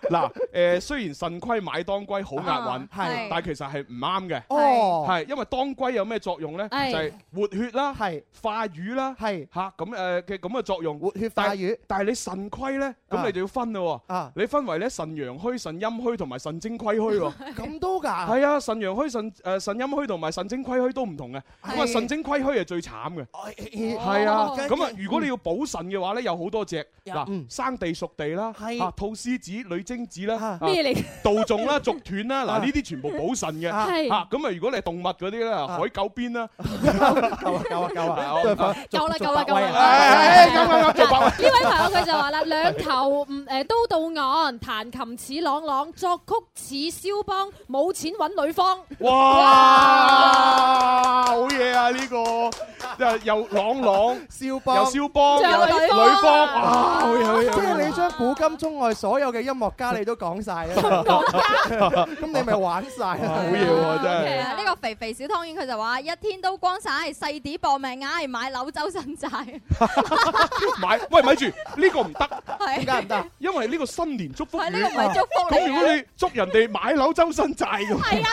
嗱，誒雖然腎虧買當歸好押韻，
啊係
但係其實係唔啱嘅。
哦
係因為當歸有咩作用咧？就
係
係活血啦，係化瘀啦，係嚇咁誒嘅咁嘅作用。活
血
化瘀，但係你腎虧咧，咁你就要分咯喎
啊。
你分為咧腎陽虛、腎陰虛同埋腎精虧 虛喎。
咁都㗎？
係啊，腎陽虛、腎誒腎陰虛同埋腎精虧虛都唔同嘅。咁啊，
係
腎精虧虛係最慘嘅。
咦
係啊，
哦
咁啊，如果你要補腎嘅話咧，有好多隻
有
嗱，生地熟地啦，
係
啊，吐絲子、女精子啦，
咩嚟
啊杜仲啦、竹斷啦，
啊
嗱呢啲全部補腎嘅，
啊係
啊咁啊，如果你係動物嗰啲咧，海狗鞭啦，
夠啊夠啊夠啊，
我
都係反
夠啦
做
夠啦
白
夠
威
啦
啊！
哎哎夠夠夠做白威
呢位朋友佢就話啦：兩頭唔誒都到岸，彈琴似朗朗，作曲似肖邦，冇錢揾女方。
哇，好嘢啊！呢個又又朗朗，
肖邦
又肖邦，
仲有
女
女
方，
方
哇，好嘢好嘢！
即係你將古今中外所有嘅音樂家你都講晒啊！咁你咪玩晒啊！
好嘢喎真係
係啊，呢個肥肥小湯圓佢就話：一天都光晒，細啲搏命嗌買柳州新債。
買喂，咪住呢個唔得，
係點解唔得？
因為呢個新年祝福語，
係呢個唔係祝福嚟嘅
咁如果你祝人哋買樓周身債咁，係啊，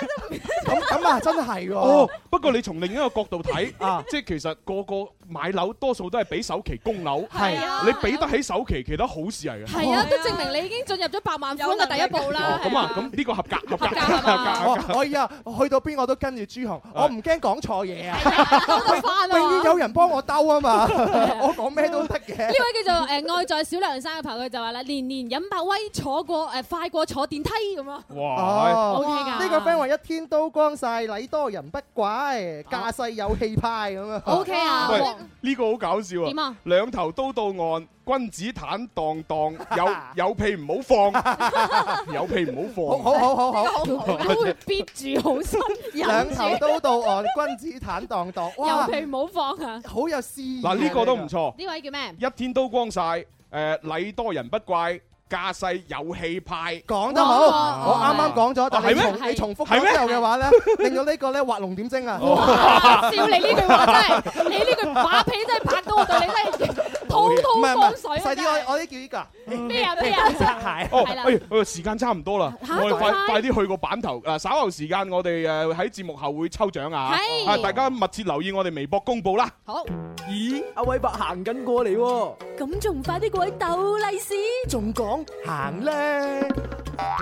咁咁啊，真係喎！
哦，不過你從另一個角度睇，即係其實個個買樓多數都係俾首期供樓，
係啊
你俾得起首期，其實都好事嚟嘅。
係啊，都證明你已經進入咗百萬富翁嘅第一步啦。
哦咁啊，咁呢個合格，合格，合格。啊
我我以後哦哎去到邊我都跟住朱紅，我唔驚講錯嘢啊！
兜翻
永遠有人幫我兜啊 嘛，
係
我講咩都得嘅。
呢位叫做誒愛在小梁生嘅朋友佢就話啦：年年飲百威，坐過誒快過坐電梯咁啊！
哦
OK 㗎
呢個 friend 話一天都光晒，禮多人不怪，架勢有氣派咁啊。
OK 啊
喂，呢個好搞笑
點
啊
啊！
兩頭都到岸，君子坦蕩 蕩，有有屁唔好放， 有屁唔好放。
好好好好好，
都會憋住好心，忍
兩
住
頭都到岸，君子坦蕩蕩。哇
有，屁唔好放啊！
好有詩意啊。
嗱，呢個都唔錯。
呢位叫咩？
一天都光晒，誒、禮多人不怪，架勢有氣派。
講得好，我啱啱講咗，但係你
係咩
重你重複
係咩
咗之後嘅話咧，令到呢個咧畫龍點睛啊！
哇！笑你呢句話真係，你呢句把屁真係拍到我對你真係滔滔江水啊！
細啲，我我啲叫呢個
咩啊咩啊
擦鞋
哦，
係啦
哎呀，哎呀時間差唔多啦，
嚇
我哋快
咁快
快啲去個版頭嗱，稍後時間我哋誒喺節目後會抽獎啊，
係
啊大家密切留意我哋微博公佈啦。
好。
咦，阿偉伯行緊過嚟喎，
咁仲快啲過去斗利是，
仲講行咧。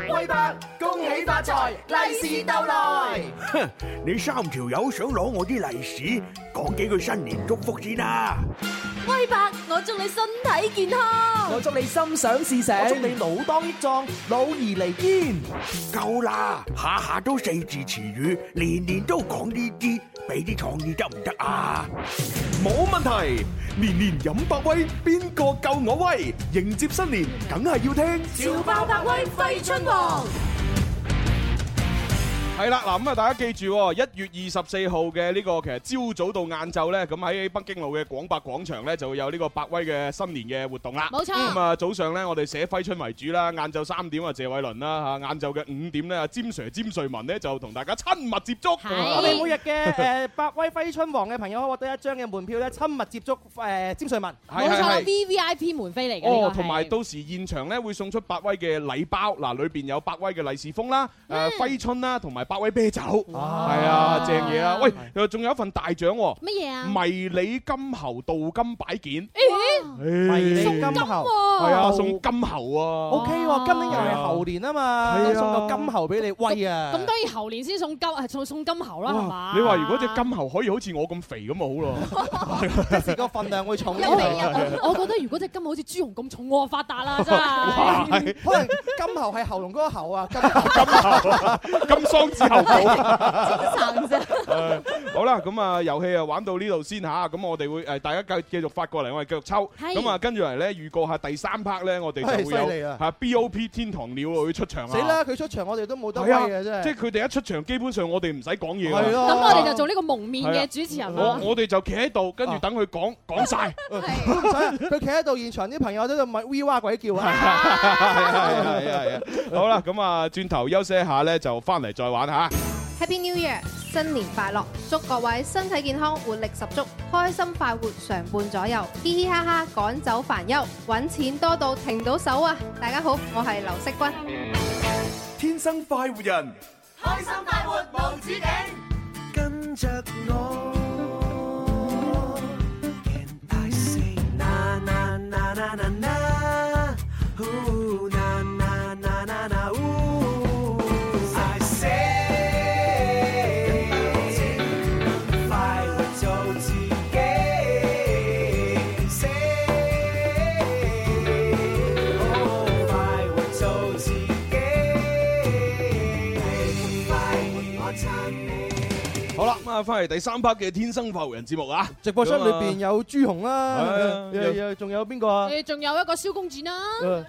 偉伯恭喜發財，利是到來。
哼，你三條友想攞我啲利是，講幾句新年祝福先啦。
威伯，我祝你身體健康。
我祝你心想事成，
我祝你
老當益壯，老而彌堅。
夠啦，下下都四字詞語，年年都講呢啲，俾啲創意得唔得啊？
冇問題，年年飲百威，邊個夠我威？迎接新年，梗係要聽
潮爆百威揮春王。
係啦，嗱咁啊，大家記住喎，一月二十四號嘅呢個其實朝早到晏晝咧，咁喺北京路嘅廣百廣場咧就會有呢個百威嘅新年嘅活動啦。
冇錯
咁啊，早上咧我哋寫揮春為主啦，晏晝三點啊謝偉倫啦嚇，晏晝嘅五點咧詹 Sir 詹瑞文咧就同大家親密接觸。
我哋每日嘅誒百威揮春王嘅朋友可以獲得一張嘅門票咧，親密接觸誒詹瑞文。
冇錯啦
係係
，V V I P 門飛嚟嘅呢
哦，
個
同
係
埋到時現場咧會送出百威嘅禮包，嗱裏邊有百威嘅利是封啦、誒揮春啦，同埋百威啤酒，係啊，正嘢啊！喂，又仲有一份大獎喎，
乜嘢啊？
迷你金猴鍍金擺件，
咦
迷
你金猴
係啊，送金猴啊
O K 喎，今年又係猴年啊嘛，
係啊
送個金猴俾你，威啊！
咁當然猴年先送金，係送送金猴啦，係嘛？
你話如果只金猴可以好似我咁肥 咁咪好咯，
即時個份量會重啲，
我我覺得如果只金猴好似朱紅咁重，我發達啦真係。
哇係
可能金猴係喉嚨嗰個喉啊，金猴
金桑子猴寶。
神啫。
誒 好啦，咁啊遊戲啊玩到呢度先吓，咁我哋會誒大家繼繼續發過嚟，我哋繼續抽。
係
咁啊跟住嚟咧預告下第三 part 咧，我哋就
係
會
犀利
有
啊
嚇 BOP 天堂鳥會出場 啊。
死啦！佢出場我哋都冇得威
係
啊，真
即係
係。
佢哋一出場，基本上我哋唔使講嘢㗎。
係咯
咁我哋就做呢個蒙面嘅主持人啦
我。我哋就企喺度，跟住等佢 講講晒。
佢唔使，佢企喺度現場啲朋友喺度咪 V 哇鬼叫 啊！
係啊係啊係啊！好啦，咁啊轉頭休息一下咧，就翻嚟再玩吓。
Happy New Year！
新年快樂！祝各位身體健康，活力十足，開心快活常伴左右，嘻嘻哈哈趕走煩憂，揾錢多到停到手啊！大家好，我係劉惜君。
天生快活人，
开心快活无止境，跟着我。Can I say na na na na na na? Ooh, na na na na na, ooh. I say，快活做自己，say，哦快活做自己，快活我撐你。
好啦，咁啊，翻嚟第三 part 嘅《天生快活人》節目啊，直
播室裏邊有朱紅啦，
係啊
又又仲有邊個啊？
誒仲有一個蕭公子啦，
誒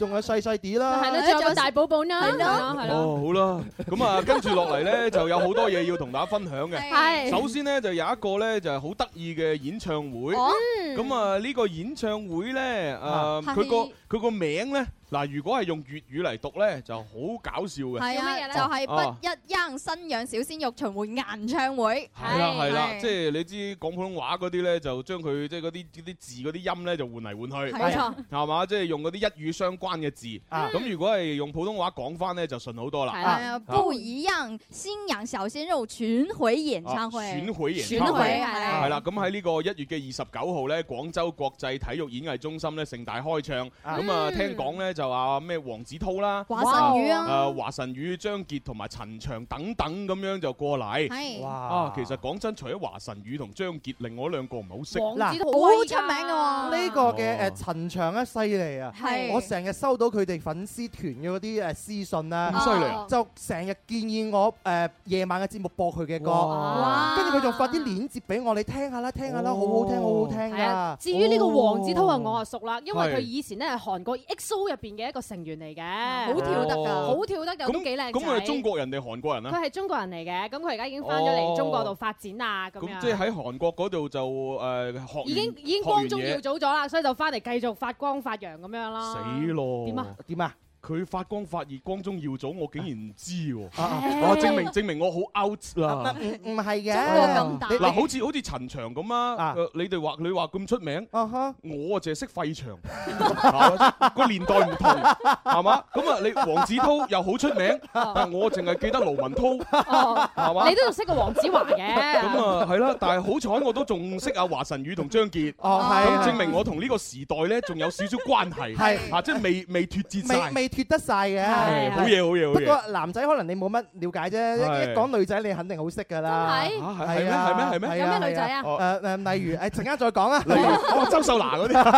仲有細細啲啦，
係啦，仲有個大寶寶啦，係啦，係啦。
哦，好啦，咁啊，跟住落嚟咧就有好多嘢要同大家分享嘅。
係
首先咧就有一個咧就係好得意嘅演唱會。
哦
咁啊，呢個演唱會咧，誒
嚇
佢個佢個名咧，嗱，如果係用粵語嚟讀咧，就好搞笑嘅。
係啊，就係
啊
不一樣新樣小鮮肉巡迴演唱會，
係啦係啦，
係啊
即係你知講普通話嗰啲咧，就將佢即係嗰啲嗰啲字嗰啲音咧就換嚟換去，
係啊
係嘛？即係用嗰啲一語相關嘅字。咁如果係用普通話講翻咧，就順好多啦。
係啊，不一樣新樣小鮮肉巡迴演唱會，
選會啊演
巡
唱
迴
會
係啊
係啦，咁喺呢個一月嘅二十九號咧，廣州國際體育演藝中心咧盛大開唱。咁啊，
嗯
聽講咧就話咩黃子韜啦，
華晨宇啊
誒華晨宇、張傑同埋陳翔等等咁樣就過
係
嚟。
哇
啊，其實講真，除咗華晨宇同張傑，另外兩個唔係好識。
嗱
好出名啊㗎喎
呢個
呃
嘅誒陳翔咧犀利啊！
係
我成日收到佢哋粉絲團嘅嗰啲誒私信啦，
咁犀利啊
就成日建議我誒夜晚嘅節目播佢嘅
哇
歌，跟住佢仲發啲鏈接俾我，你聽下啦，聽下啦，好好聽，好好聽
係啊
㗎。
至於呢個黃子韜啊，我啊熟啦，因為
係
佢以前咧係韓國 EXO 入邊嘅一個成員嚟嘅，
好跳得㗎
好
哦
啊跳得㗎，都幾靚
咁佢係中
仔。
國人定韓國人
佢
啊？
係中國人嚟嘅，咁佢而家已經翻咗嚟
哦
中國度發展啦，咁
咁即係
樣。
喺韓國嗰度就誒學完
已經已經光宗耀祖咗啦，所以就翻嚟繼續發光發揚咁樣啦。
死咯！
點啊？
點啊？
佢發光發熱、光宗耀祖，我竟然唔知喎！
啊
哎
哇，證明證明我好 out 啦！
唔唔係嘅，
啊
你
嗱，好似好似陳翔咁啊，誒你哋話你話咁出名，
Uh-huh
我啊淨係識費翔，啊個年代唔同，係嘛？咁啊，你黃子韜又好出名，但我淨係記得盧文滔，係嘛？
哦你都仲識個黃子華
咁
嘅，
啊，係啦，但係好彩我都仲識阿華晨宇同張傑，
哦係
咁
係
證明我同呢個時代咧仲有少少關 係，
係
啊，即係未未脱節晒
未。未脱得晒嘅，
係好嘢好嘢好嘢
不過男仔可能你冇乜了解啫，
係
一一講女仔你肯定好識㗎啦。
真係啊係
係啊
係咩係咩係咩
係啊
有咩女仔啊
係誒誒，例如誒，陣間再講啊。
例如哦周秀娜嗰啲。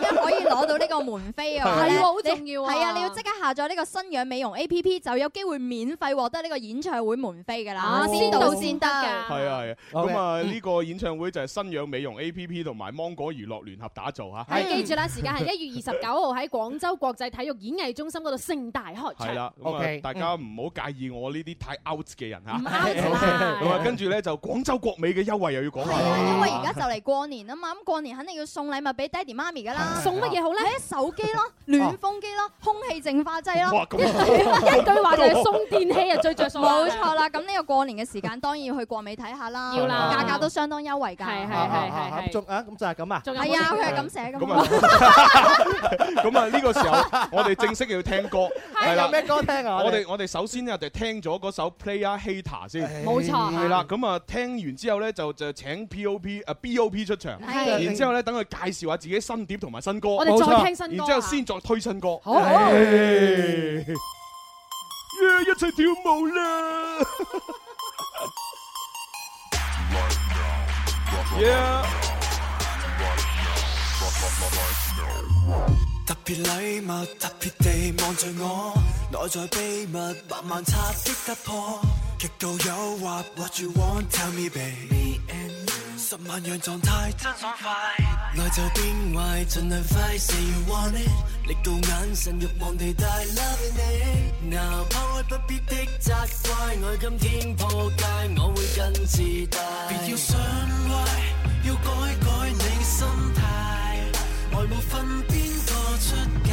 點樣可以攞到呢個門飛啊？
係
咧
喎好重要啊
你係啊，你要即刻下載呢個新樣美容 A P P，就有機會免費獲得呢個演唱會門飛㗎啦
啊，
先到先得
㗎
係啊係啊，咁啊
嗯
呢個演唱會就係新氧美容 A P P 同埋芒果娛樂聯合打造嚇。
係記住啦，時間 係一月二十九號喺廣州國際體育演藝中心嗰度盛大開場。
係啦，咁啊
OK，
大家唔好介意我呢啲太 out 嘅人嚇。唔
out
咁啊，跟住咧就廣州國美嘅優惠又要講下啦。
因為而家就嚟過年 啊嘛，咁過年肯定要送禮物俾爹哋媽咪㗎啦。
送乜嘢好咧？哦
手機 咯，暖風機咯，空氣淨化劑咯
哇。咁 啊一句話就係送電器啊最着數啦
冇錯啦，咁呢個過年嘅時間當然要去國美睇下啦。
要啦
價格都相當優惠㗎。係
啊啊啊啊咁仲啊，咁就係咁啊。
係啊，佢係咁寫㗎
咁
嘛。
啊，咁啊，呢個時候我哋正式要聽歌，係啦
有。咩歌聽啊？
我哋我哋首先咧就聽咗嗰首 Player Hater 先，
冇錯
係啦。咁啊，聽完之後咧就就請 P.O.P. 啊 B.O.P. 出場，
係
然之後咧等佢介紹下自己新碟同埋新歌。
我哋再聽新歌啊
然之後先再推新歌。
好好
唉耶一齊跳舞啦！Yeah
特別禮物，特別地望住我，內在秘密慢慢擦色突破，極度誘惑，What you want tell me baby，十萬樣狀態真爽快，內在變壞盡量快，say you want it，力到眼神欲望地大 love 你，now 拋開不必的責怪，我今天破戒，我會更自大，別要想歪，要改改你心態。外無分邊個出界。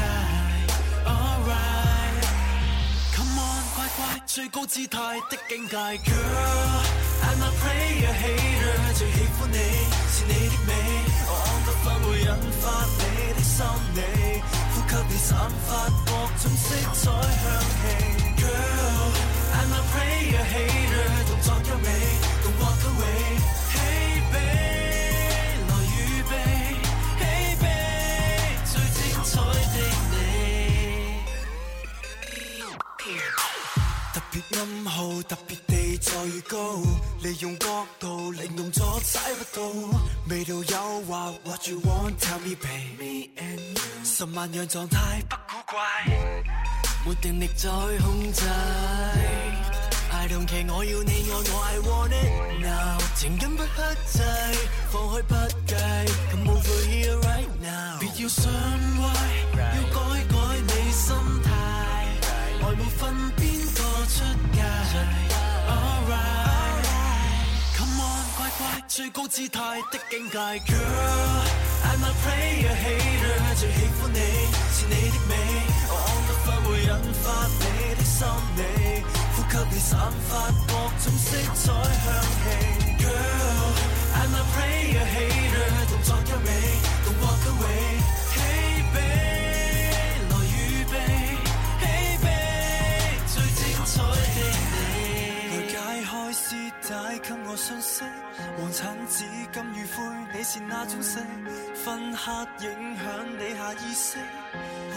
Alright，Come on，乖乖出最高姿態的境界，Girl。I'm a player hater，最喜歡你是你的美，我安不分會引發你的心理，呼吸你散發各種色彩香氣。Girl。I'm a player hater，動作優美，動 walk away。Hey babe，來預備，Hey babe，最精彩的你。特別暗號，特別地在預告，利用角度令動作踩不到，味道誘惑，What you want，tell me babe，me and you，十萬樣狀態不古怪，沒定力再控制。I don't care，我要你愛我，I want it now，情感不克制，放開不計，Come over here right now，別要想歪，要改改你心態。外無分邊個出界。Alright，Come on，乖乖，最高姿態的境界，Girl，I'm a player hater，最喜歡你是你的美，我安得分會引發你的心理，呼吸你散發各種色彩香氣，Girl，I'm a player hater，動作優美，動 walk away，Hey babe，來預備。Hey babe，最精彩的你，來解開絲帶，給我信息。黃橙紫金與灰，你是哪種色？分刻影響你下意識。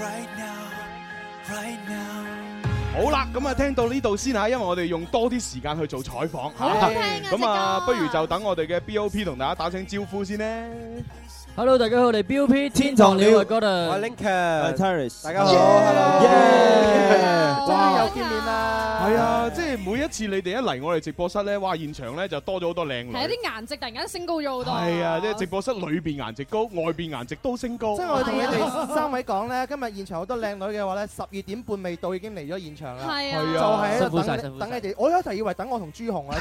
Right now，right now。
好啦，咁啊，聽到呢度先嚇，因為我哋用多啲時間去做採訪
好好聽啊
咁啊，不如就等我哋嘅 BOP 同大家打聲招呼先呢。
Hello，大家好，我哋 BOP 天堂鳥，啊我係 Gordon，我 Link，我 Terrace，大家好
哇，又見
嗯
面啦！
係啊，即係每一次你哋一嚟我哋直播室咧，哇，現場咧就多咗好多靚女。
係啊，啲顏值突然間升高咗好多。
係啊，即係直播室裏邊顏值高，外邊顏值都升高。
即係我同你哋三位講咧，今日現場好多靚女嘅話咧，十二點半未到已經嚟咗現場啦。
係啊
就係
辛苦
喺
晒
度
辛苦
等
晒
等你哋，我一直以為等我同朱紅啊。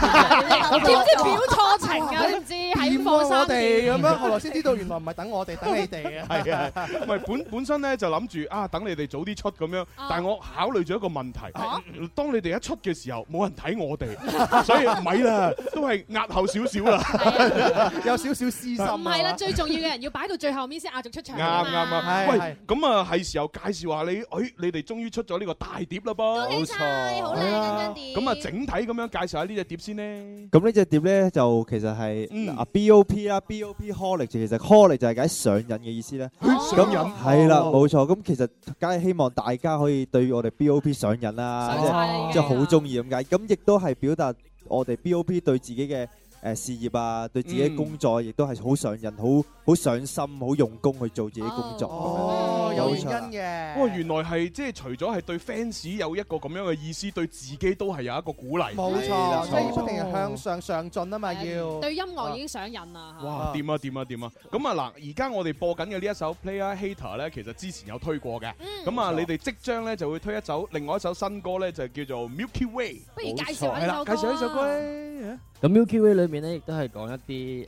點知表錯情 啊？你唔知喺
點啊
放
我
三
哋
點
咁樣，後來先知道原來唔係等我哋，等你哋啊。
係啊，唔係本本身咧就諗住啊，等你哋早啲出咁樣，
啊
但係我考慮咗一個問題，
哦
當你哋一出嘅時候冇人睇我哋， 所以咪啦，都係壓後少少啦，
有少少私心。啊
唔係啦，最重要嘅人要擺到最後面先壓軸出場
啊啱
㗎
啱
嘛。
啱，喂，咁啊係時候介紹下你，誒你哋終於出咗呢個大碟啦噃，冇錯，好靚張碟。咁啊整體咁樣介紹下呢只碟先呢。
咁呢只碟咧就其實係啊 BOP 啦，BOP holic 其實 holic 就係解上癮嘅意思咧。
哦
上癮
係啦，冇錯。咁其實梗係希望大家可以對我哋 BOP 上癮啦，
上
即
晒啦
係
已經
即係好中意咁解。咁亦都係表達我哋 BOP 對自己嘅誒事業啊，對自己嘅工作，亦都係好上癮、好好上心、好用功去做自己工作。哦
有原因嘅。
哇！原來係即係除咗係對 fans 有一個咁樣嘅意思，對自己都係有一個鼓勵。
冇錯，即係要不停地向上上進啊嘛，要。
對音樂已經上癮啦。
哇！掂啊掂啊掂啊！咁啊嗱，而家我哋播緊嘅呢一首《Player Hater》咧，其實之前有推過嘅。咁啊，你哋即將咧就會推一首另外一首新歌咧，就叫做《Milky Way》。
不如介紹下呢首歌
係啦介紹呢首歌咧。
咁 Milky Way 裏面咧，亦都係講一啲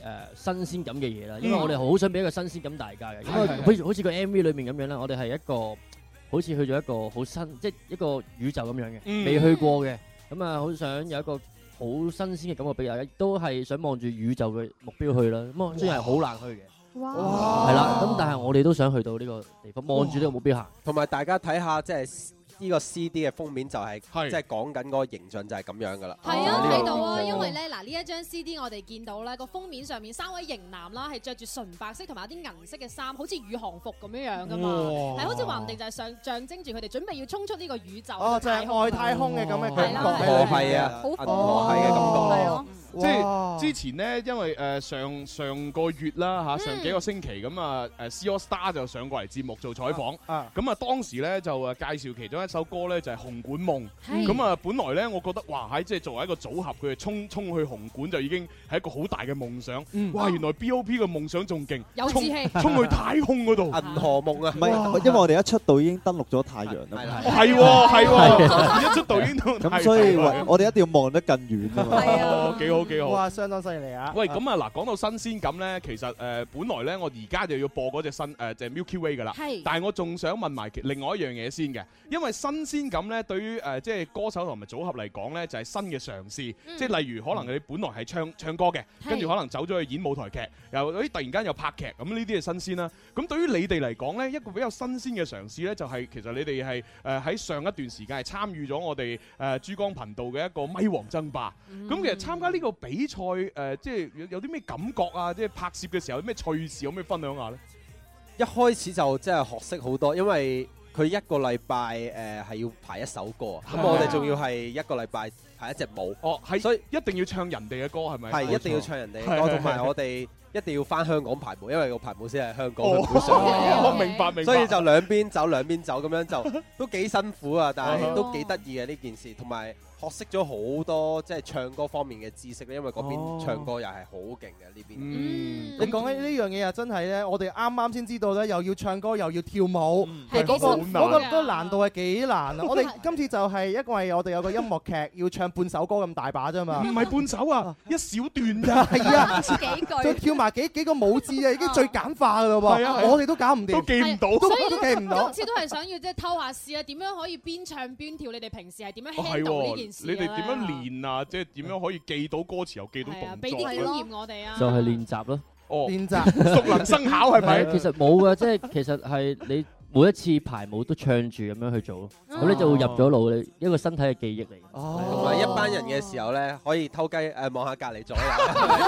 誒新鮮感嘅嘢啦，因為
嗯
我哋好想俾一個新鮮感大家嘅。咁
係係
啊，好似好似個 MV 裏面咁樣啦，我哋係一個好似去咗一個好新，即係一個宇宙咁樣嘅，
嗯
未去過嘅。咁啊，好想有一個好新鮮嘅感覺俾大家，亦都係想望住宇宙嘅目標去啦。咁啊，雖然係好難去嘅，
哇
係啦，咁但係我哋都想去到呢個地方，望住呢個目標行。
同埋大家睇下，即係呢個 CD 嘅封面就係即係講緊嗰個形象就係咁樣噶啦。
係
哦
啊，
呢個
睇到啊，
形象
因為咧嗱呢一張 CD 我哋見到咧個封面上面三位型男啦，係着住純白色同埋一啲銀色嘅衫，好似宇航服咁樣樣噶嘛，
哇
係好似話唔定就係象象徵住佢哋準備要衝出呢個宇宙
哦，就係外
啊
太空嘅咁嘅感覺。
銀河系啊，銀河系嘅感覺。
即係之前咧，因為誒上上個月
嗯
啦嚇，上幾個星期咁啊誒 C All Star 就上過嚟節目做採訪，咁啊當時咧就誒介紹其中一首歌咧就係《紅館夢
係》，
咁啊本來咧我覺得哇喺即係作為一個組合，佢哋衝衝去紅館就已經係一個好大嘅夢想，哇原來 B O P 嘅夢想仲勁，
嗯有志氣
衝衝去 太空嗰度，銀
河夢啊，
唔係，因為我哋一出道已經登陸咗太陽啦嘛。
係喎係喎，一出道已經
咁所以我我哋一定要望得更遠啊嘛。
哦，幾好好幾好。
哇，相當犀利啊！
喂，咁啊嗱，講到新鮮感咧，其實誒、呃本來咧，我而家就要播嗰只新誒、呃、就係 Milky Way 噶啦。
係
但係我仲想問埋其另外一樣嘢先嘅，因為新鮮感咧，對於誒、呃即係歌手同埋組合嚟講咧，就係、新嘅嘗試。
嗯
即係例如可能你本來係唱唱歌嘅，跟住
係
可能走咗去演舞台劇，又哎誒突然間又拍劇，咁呢啲係新鮮啦。咁對於你哋嚟講咧，一個比較新鮮嘅嘗試咧，就係、其實你哋係誒喺上一段時間係參與咗我哋誒、呃珠江頻道嘅一個咪王爭霸。咁、其實參加呢個比賽誒、呃即係有有啲咩感覺啊？即係拍攝嘅時候有咩趣事，可唔可以分享下咧？
一開始就真係學識好多，因為佢一個禮拜誒係要排一首歌，啊咁
係
我哋仲要係一個禮拜排一隻舞。
哦，係，所以一定要唱人哋嘅歌係咪？
係一定要唱人哋嘅
係
歌，同埋我。
係係
哋一定要翻香港排舞，因為個排舞先係香港
哦
佢本身嘅。
我明白明白
所以就兩邊走兩邊走咁 樣就都幾辛苦啊，但
哦
係都幾得意嘅呢件事，同埋學識咗好多即係唱歌方面嘅知識咧，因為嗰
哦
邊唱歌又係好勁嘅呢邊。
嗯你講起呢樣嘢啊，真係咧，我哋啱啱先知道咧，又要唱歌又要跳舞，係嗰個
係好難
嗰個嗰個難度係幾 難啊！我哋今次就係因為我哋有個音樂劇要唱半首歌咁大把啫嘛，
唔係半首啊，一小段
咋， 係啊，
幾句
再跳埋幾幾個舞姿啊，已經最簡化噶嘞
係啊係
喎，
啊
我哋都搞唔掂，
都記唔到
都
所以
都記唔到
今。次都係想要即係偷下試啊，點樣可以邊唱邊跳？你哋平時係點樣
哦係
handle 呢
喎，
件事啊
你哋
嘅
點
咧
樣練啊？即係點樣可以記到歌詞又記到
係啊
動
俾
作
啲經
咧？
驗我哋啊！
就係練習咯。啊
哦，
練
習熟能生巧係咪
其實冇嘅，即係其實係你每一次排舞都唱住咁樣去做，
哦
咁你就會入咗腦，你一個身體嘅記憶嚟。
同埋一班人嘅時候咧，可以偷雞誒望下隔離左 右。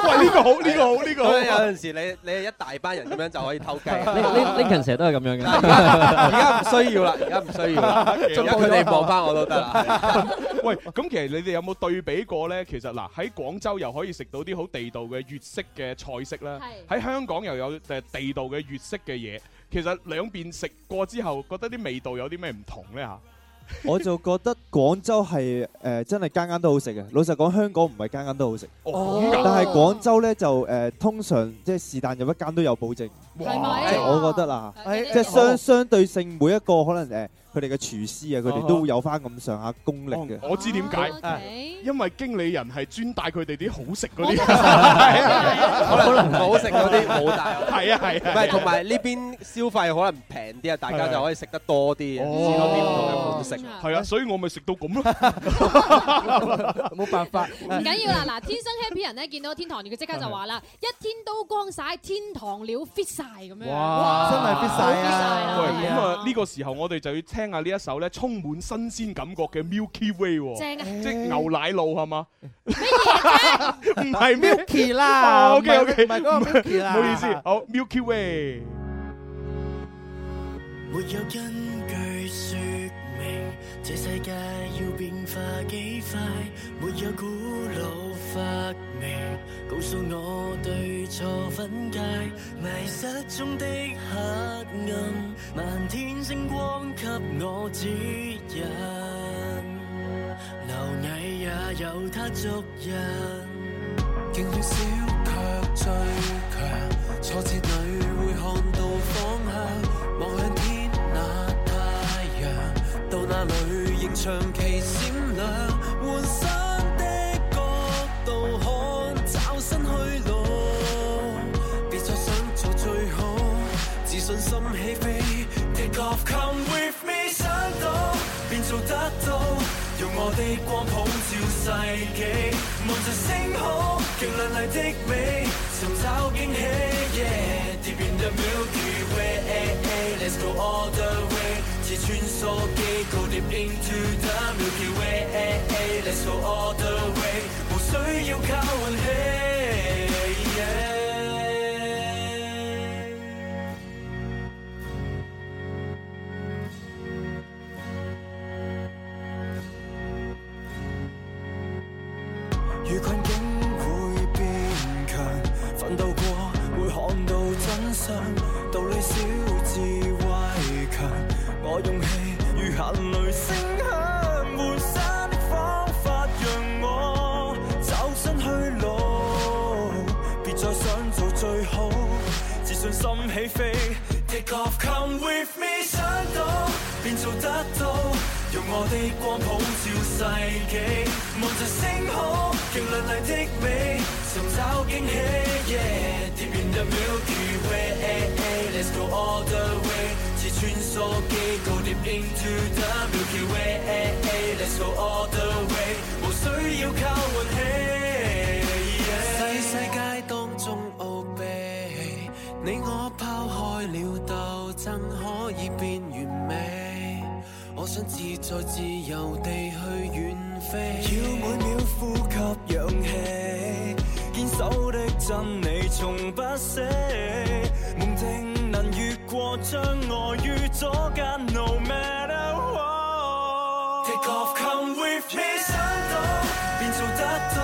喂，呢個好，呢 個好，呢個好
咁樣有陣時你你一大班人咁樣就可以偷雞。
你你你 n 成日都係咁樣嘅。
而家唔需要啦，而家唔需要 啦，而家佢哋望翻我都得啊啦。
喂，咁其實你哋有冇對比過呢？其實嗱，喺廣州又可以食到啲好地道嘅粵式嘅菜式啦，喺香港又有誒地道嘅粵式嘅嘢。其實兩邊食過之後，覺得啲味道有啲咩唔同呢？嚇？
我就覺得廣州係誒、呃真係間間都好食嘅。老實講，香港唔係間間都好食，
哦
咁㗎
但係廣州呢，就誒、呃通常即係是但有一間都有保證，即
係咪
係我覺得啦，
係
即係相相對性每一個可能誒佢哋嘅廚師啊，佢
哦
哋都有翻咁上下功力嘅。
我知點
哦
解，啊因為經理人係專帶佢哋啲好食嗰啲，
可
可
能唔好食 嗰啲冇大，
係啊係啊，
唔係同埋呢邊消費可能平啲啊， 大家就可以食得多啲，
哦
試多啲唔同嘅款式。
係啊，所以我咪食到咁 咯。
冇辦法，
唔緊要啦，嗱，天生 happy 人咧見到天堂鳥，佢即刻就話啦：一天都光晒，天堂鳥 fit 晒咁樣。
哇真係 fit 晒啊
喂，
係
咁
啊
啊呢個時候我哋就要聽下呢一首咧充滿新鮮感覺嘅 Milky Way 喎，
正
哦
啊
即係牛奶路係嘛？ 唔係 Milky
啦唔
OK
係
OK，
唔係嗰個 Milky 啦
唔好意思，好 Milky Way。
沒有根據說明，這世界要變化幾快，沒有古老發明，告訴我對錯分界，迷失中的黑暗，漫天星光給我指引，螻蟻也有它足印。勁與小卻最強，挫折裏會看到方向。望向天那太陽，到那裏仍長期閃亮。換新的角度看，找新去路。別再想做最好，自信心起飛。Take off, come with me，想到便做得到，用我的光普照世紀，望着星空，勁亮麗的美，尋找驚喜。Yeah, deep in the Milky Way, let's go all the way，似穿梭機，go deep into the Milky Way, let's go all the way，無需要靠運氣。Yeah 遇困境會變強，奮鬥過會看到真相，道理小智慧強，我勇氣如行雷聲響，換新的方法讓我走新去路，別再想做最好，自信心起飛。Take off, come with me，想到便做得到，用我我的光普照世紀，望着星空，極亮麗的美，尋找驚喜。Yeah, deep in the Milky Way，let's go all the way，似穿梭機，go deep into the Milky Way，let's go all the way，無需要靠運氣。細世界當中奧秘。你我拋開了鬥爭，可以變完美。我想自在自由地去遠飛，要每秒呼吸氧氣，堅守的真理從不死。夢境能越過障礙與阻隔，No matter what。Take off, come with me，想到便做得到，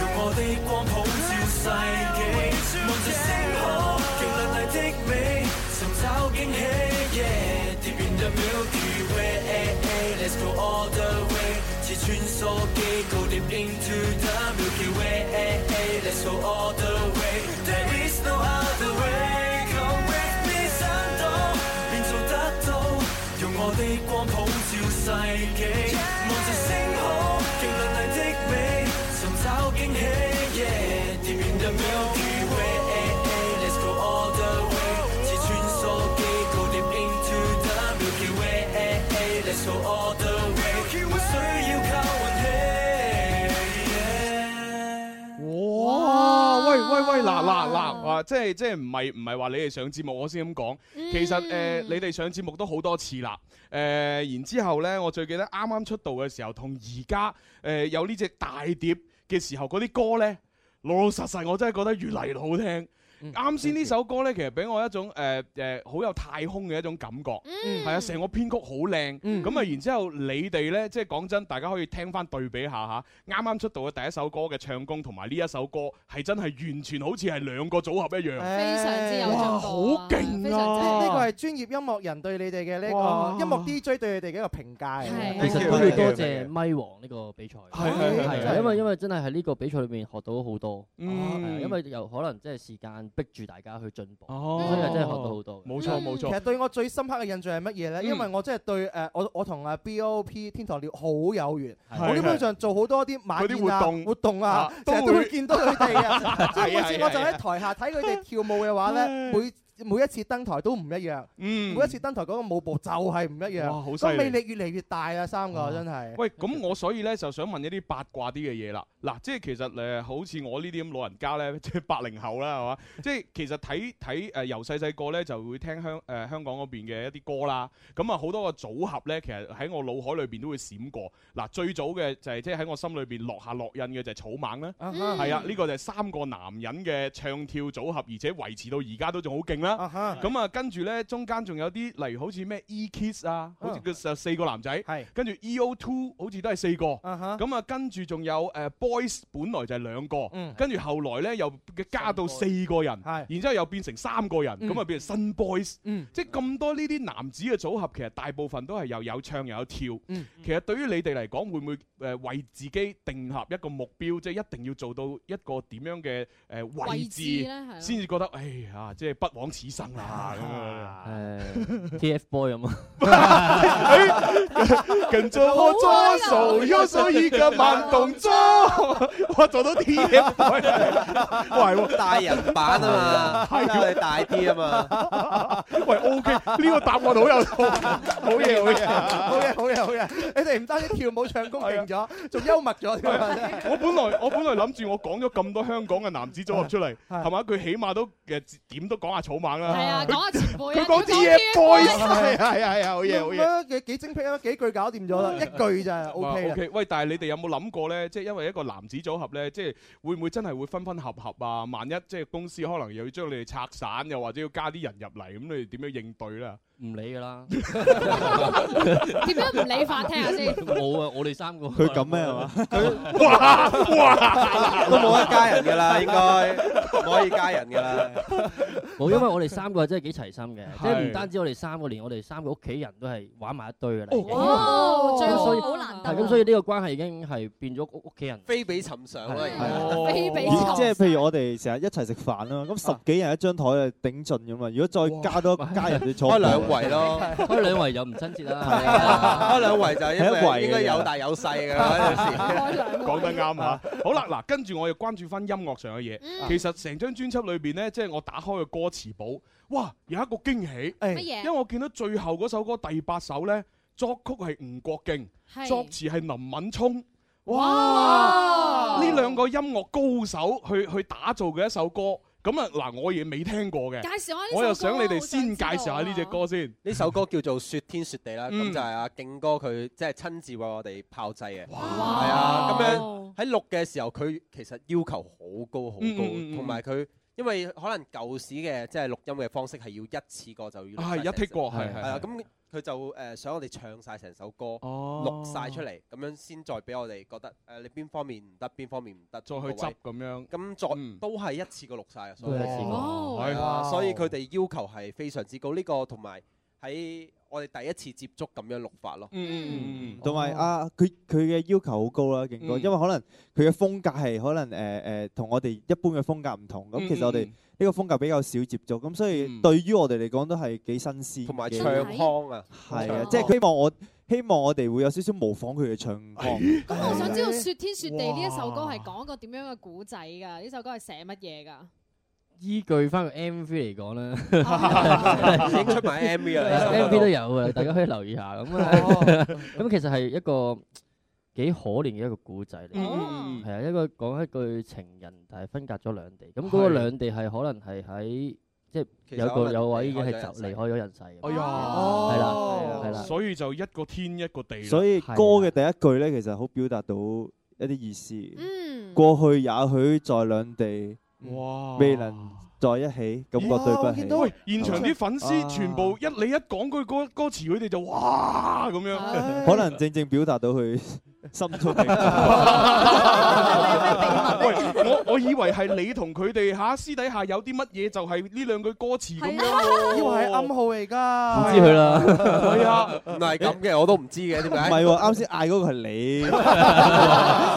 用我的光普照世紀，望着星空。極亮麗的美，尋找驚喜。Yeah, deep in the Milky Way，let's go all the way。似穿梭機，go deep into the Milky Way，let's go all the way。There is no other way。Come with me，想到便做得到，用我的光普照世紀，望着星空，極亮麗的美，尋找驚喜。Yeah, deep in the Milky Way。Let's go all the way，似穿梭機，go deep into the Milky Way。Let's go all the way，無需要靠運氣。
哇！喂喂喂，嗱嗱嗱，啊，即係即係唔係唔係話你哋上節目我先咁講，其實誒、呃你哋上節目都好多次啦，誒、然之後咧，我最記得啱啱出道嘅時候，同而家誒有呢只大碟嘅時候，嗰啲歌咧老老實實，我真係覺得越嚟越好聽。啱先呢首歌呢，其實俾我一種誒誒好有太空嘅一種感覺，係啊，成個編曲好靚，咁啊，然之後你哋呢，即係講真，大家可以聽翻對比下嚇，啱啱出道嘅第一首歌嘅唱功同埋呢一首歌係真係完全好似係兩個組合一樣，
非常之有進步啊
哇，好勁
呢個
啊！
係專業音樂人對你哋嘅呢
哇
個音樂 DJ 對你哋嘅一個評價嚟嘅。
其實都要多謝咪王呢個比賽，
係係係
係啊因為因為真係喺呢個比賽裏面學到好多，
嗯
係啊因為又可能即係時間逼住大家去進步，
哦
所以真係學到好多嘅。
冇錯
其實對我最深刻嘅印象係乜嘢呢？因為我真係對誒，我我同啊 BOP 天堂鳥好有緣，
係
我基本上做好多啲晚
嗰啲
宴
活
啊
動
活動啊
啊，
成日都
都
會
會
見到佢哋啊。即係每
係
次
係
我就喺台下睇佢哋跳舞嘅話呢，每每一次登台都唔一樣，
嗯
每一次登台嗰個舞步就係唔一
哇
樣，
好犀
個
利
魅力越嚟越大啦，三個真係。
啊喂，咁我所以呢，就想問一啲八卦啲嘅嘢啦。嗱，即係其實誒、呃好似我呢啲咁老人家呢， 即係八零後啦，係嘛？即係其實睇睇誒，由細細個呢，就會聽香誒、呃香港嗰邊嘅一啲歌啦。咁啊，好多個組合呢，其實喺我腦海裏邊都會閃過。嗱，最早嘅就係即係喺我心裏邊落下烙印嘅就係草蜢啦，
啊哈
係啊，呢個就係三個男人嘅唱跳組合，而且維持到而家都仲好勁啦。咁啊，跟住呢，中間仲有啲例如好似咩 E Kids 啊，好似佢就四個男仔，跟住 E O Two 好似都係四個，咁啊跟住仲有誒 Boys 本來就係兩個，跟住後來呢又加到四個人，然之後又變成三個人，
嗯
咁啊變成新 Boys，即係咁多呢啲男子嘅組合，其實大部分都係又有唱又有跳。其實對於你哋嚟講，會唔會誒為自己定立一個目標，即係一定要做到一個點樣嘅誒位
位置
置
呢係咯，
先至覺得哎呀，即係不枉此生啦咁樣。
誒 TF Boy 咁啊。
跟着我左手右手一個慢動作，我做到 TF，喂喎
大人版啊嘛，
係啊
因為大啲啊嘛，
喂 OK，呢個答案 好有好好 嘢好嘢。
好嘢，好嘢，好嘢！你哋唔單止跳舞唱功勁咗，仲幽默咗添啊。
我本來我本來諗住我講咗咁多香港嘅男子組合出嚟，係嘛？佢起碼都誒點都講下草蜢啦。
係啊講
下前輩
佢講 TFBOYS 係啊係啊係啊，好嘢好嘢。
嘢！幾幾精闢啊，幾句搞掂咗啦，一句就 OK 啦。
啊 OK，喂，但係你哋有冇諗過咧？即係因為一個男子組合咧，即係會唔會真係會分分合合啊？萬一即係公司可能又要將你哋拆散，又或者要加啲人入嚟，咁你哋點樣應對咧？
唔理噶啦，
點樣唔理法聽下先？
冇啊，我哋三個。
佢咁咩係 嘛？
哇
哇
都冇得加人㗎啦應該唔可以加人㗎啦。
冇，因為我哋三個真係幾齊心嘅，即係
係
唔單止我哋三個，連我哋三個屋企人都係玩埋一堆㗎啦。已經
哦最好
咁所以
好難得啊
係咁，所以呢個關係已經係變咗屋屋企人。
非比尋常啦，
係啊
而
非比
咦即係譬如我哋成日一齊食飯啦，咁十幾人一張台啊頂盡噶嘛。如果再加多一家人，就坐
開
唔落
兩位
圍咯，
開兩圍又唔親切啦。
係啊開兩圍就係因
係一圍
為
嘅
應該有大有細嘅 嗰陣時。
講得啱嚇。好啦，嗱，跟住我又關注翻音樂上嘅嘢。
嗯
其實成張專輯裏邊呢，即係我打開個歌詞簿，哇，有一個驚喜。
乜
嘢
因為我見到最後嗰首歌第八首呢，作曲係吳國敬
係，
作詞係林敏聰。
哇
哇！呢兩個音樂高手去去打造嘅一首歌，咁啊嗱，我亦未聽過嘅。
介紹下呢首歌
我又想你哋先介紹下呢只歌先。
呢首歌叫做《雪天雪地》啦，咁
嗯
就係阿勁哥佢即係親自為我哋炮製嘅，係
哇
啊，咁樣喺錄嘅時候，佢其實要求好高好
嗯
高
嗯嗯，
同埋佢因為可能舊時嘅即係錄音嘅方式係要一次過就要
啊
錄晒
一剔過
成首
係係
係啊，
係
咁佢就誒想我哋唱晒成首歌，
哦
錄晒出嚟，咁樣先再俾我哋覺得呃誒你邊方面唔得，邊方面唔得，
再去
邊個位
執咁樣嗯
咁再都係一次過錄晒嘅，所有
都係一次過哇
係啊
哇
所以佢哋要求係非常之高，呢個同埋喺我哋第一次接觸咁樣錄法咯。
嗯
同埋啊，佢佢嘅要求好高啦，勁哥，
嗯
因為可能佢嘅風格係可能誒誒同我哋一般嘅風格唔同，
嗯
咁其實我哋
嗯
呢個風格比較少接觸，咁所以對於我哋嚟講都係幾新鮮，同
埋唱腔啊
係
唱
啊
腔，
即係希望我希望我哋會有少少模仿佢嘅唱腔。
咁我想知道《雪天雪地》呢一首歌係講一個點樣嘅古仔㗎？呢首歌係寫乜嘢㗎？
依據翻個 MV 嚟講咧，
已經出埋 MV 啦呢首歌
MV 都有啊，大家可以留意下咁啊。 咁其實係一個幾可憐嘅一個古仔嚟，
嗯
係啊，一個講一句情人，但係分隔咗兩地。咁嗰個
係
兩地係可能係喺即係
其實
有
可
個
能
有位已經
離
係
開咗人
走
世
離開咗人世咁樣。
哎呀，
係啦，係啦，係啦。
所以就一個天一個地啦。
所以歌嘅第一句咧，其實好表達到一啲意思。
嗯，
過去也許在兩地，
哇
未能在一起，感覺對不起。
喂，現場啲粉絲
啊
全部一你一講句歌歌詞，佢哋就哇咁樣。
可能正正表達到佢心中嘅。
喂，我我以為係你同佢哋嚇私底下有啲乜嘢，就係呢兩句歌詞咁樣喎。
以為係暗號嚟㗎。
知佢啦
係啊，
唔係咁嘅，我都唔知嘅，點
唔
解？
係喎，啱先嗌嗰個係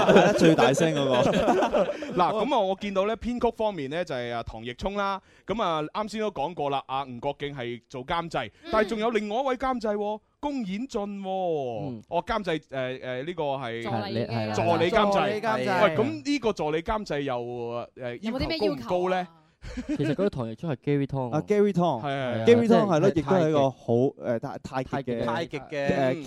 你， 最大聲嗰個。
嗱，咁啊，我見到咧編曲方面咧就係啊唐奕聰啦，咁啊啱先都講過啦，啊吳國敬係做監
嗯
製，但係仲有另外一位監製喎，龔演進喎，
嗯
哦監製誒誒呢個係
助理嘅係啦
助理監
助理監製
製，喂，咁呢個助理監製又誒
有冇啲咩
要求
啊
高唔高咧？
其實嗰個唐奕聰係 Gary Tong
啊 Gary Tong
係係
Gary Tong 係咯，
即係
亦都係一
太
個
極
好誒太太極嘅
太極嘅
誒 Ờ, keyboard，à,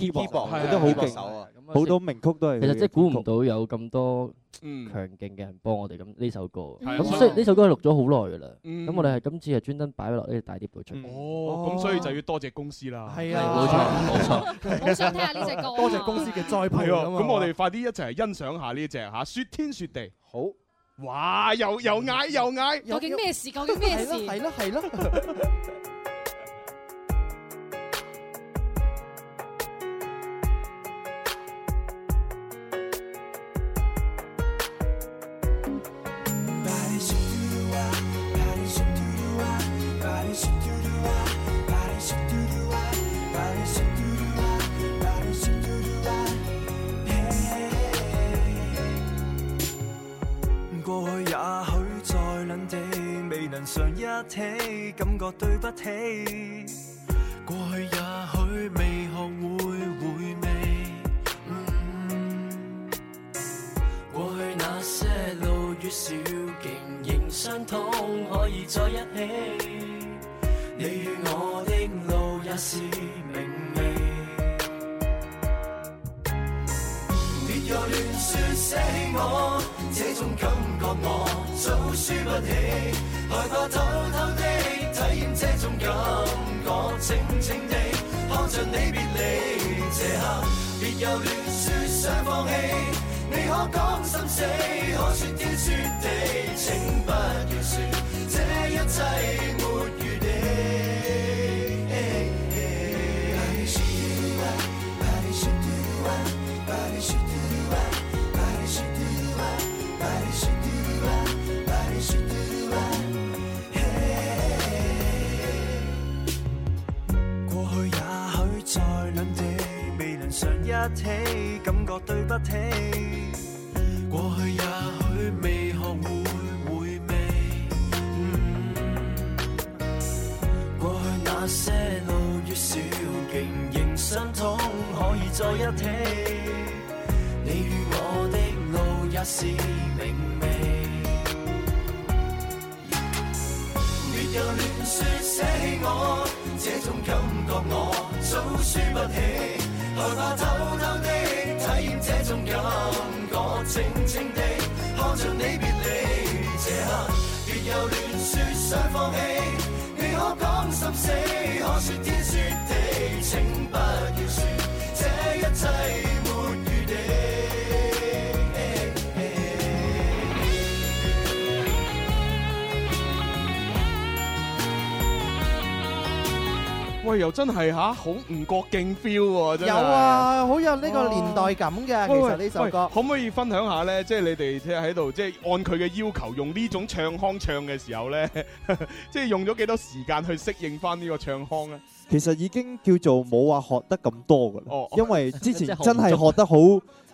keyboard，
亦都好
係
勁
手啊，
好多名曲都係佢嘅編曲。
其實真係估唔到有咁多
嗯
強勁嘅人幫我哋咁呢首歌，
係啊
咁
所以
所以呢首歌係錄咗好耐㗎啦。
嗯
咁我哋係今次係專登擺落呢個大碟度出。
哦，咁所以就要多謝公司啦。
係啊冇錯冇 錯好想聽下呢隻歌啊多謝公司嘅栽培
係啊
咁啊
咁我哋快啲一齊欣賞下呢只嚇《雪天雪地》。
好。
哇！又又嗌又嗌，
究竟咩事？究竟咩事？
係咯係咯。
過去也許在兩地，未能常一起，感覺對不起。過去也許未學會回味。過去那些路與小徑仍相通，可以在一起。你與我的路也是明媚。別又亂說捨棄我，這種感覺我早輸不起。來吧，偷偷的體驗這種感覺，靜靜地看着你別離。這刻別又亂說想放棄。你可講心死，可説天説地，請不要説這一切沒餘地。過去也許在兩地，未能常一起，感覺對不起。過去也許未學會回味，嗯過去那些路與越少，仍仍相通，可以在一起。你與我的路也是明媚，越又亂説捨棄我，這種感覺我早輸不起，害怕偷偷的體驗這種感覺，靜靜地看着你別離，這刻別又亂説想放棄。你可講心死，可説天説地，請不要説這一切沒餘地。
喂，又真係吓，好唔覺勁 feel 喎，真係
有啊，好有呢個年代感嘅。其實呢首歌。
喂可唔可以分享下咧？即係你哋即係喺度，即係按佢嘅要求用呢種唱腔唱嘅時候咧， 即係用咗幾多時間去適應翻呢個唱腔咧？
其實已經叫做冇話學得咁多噶啦
哦，
因為之前
即係學唔
真係
足
學得好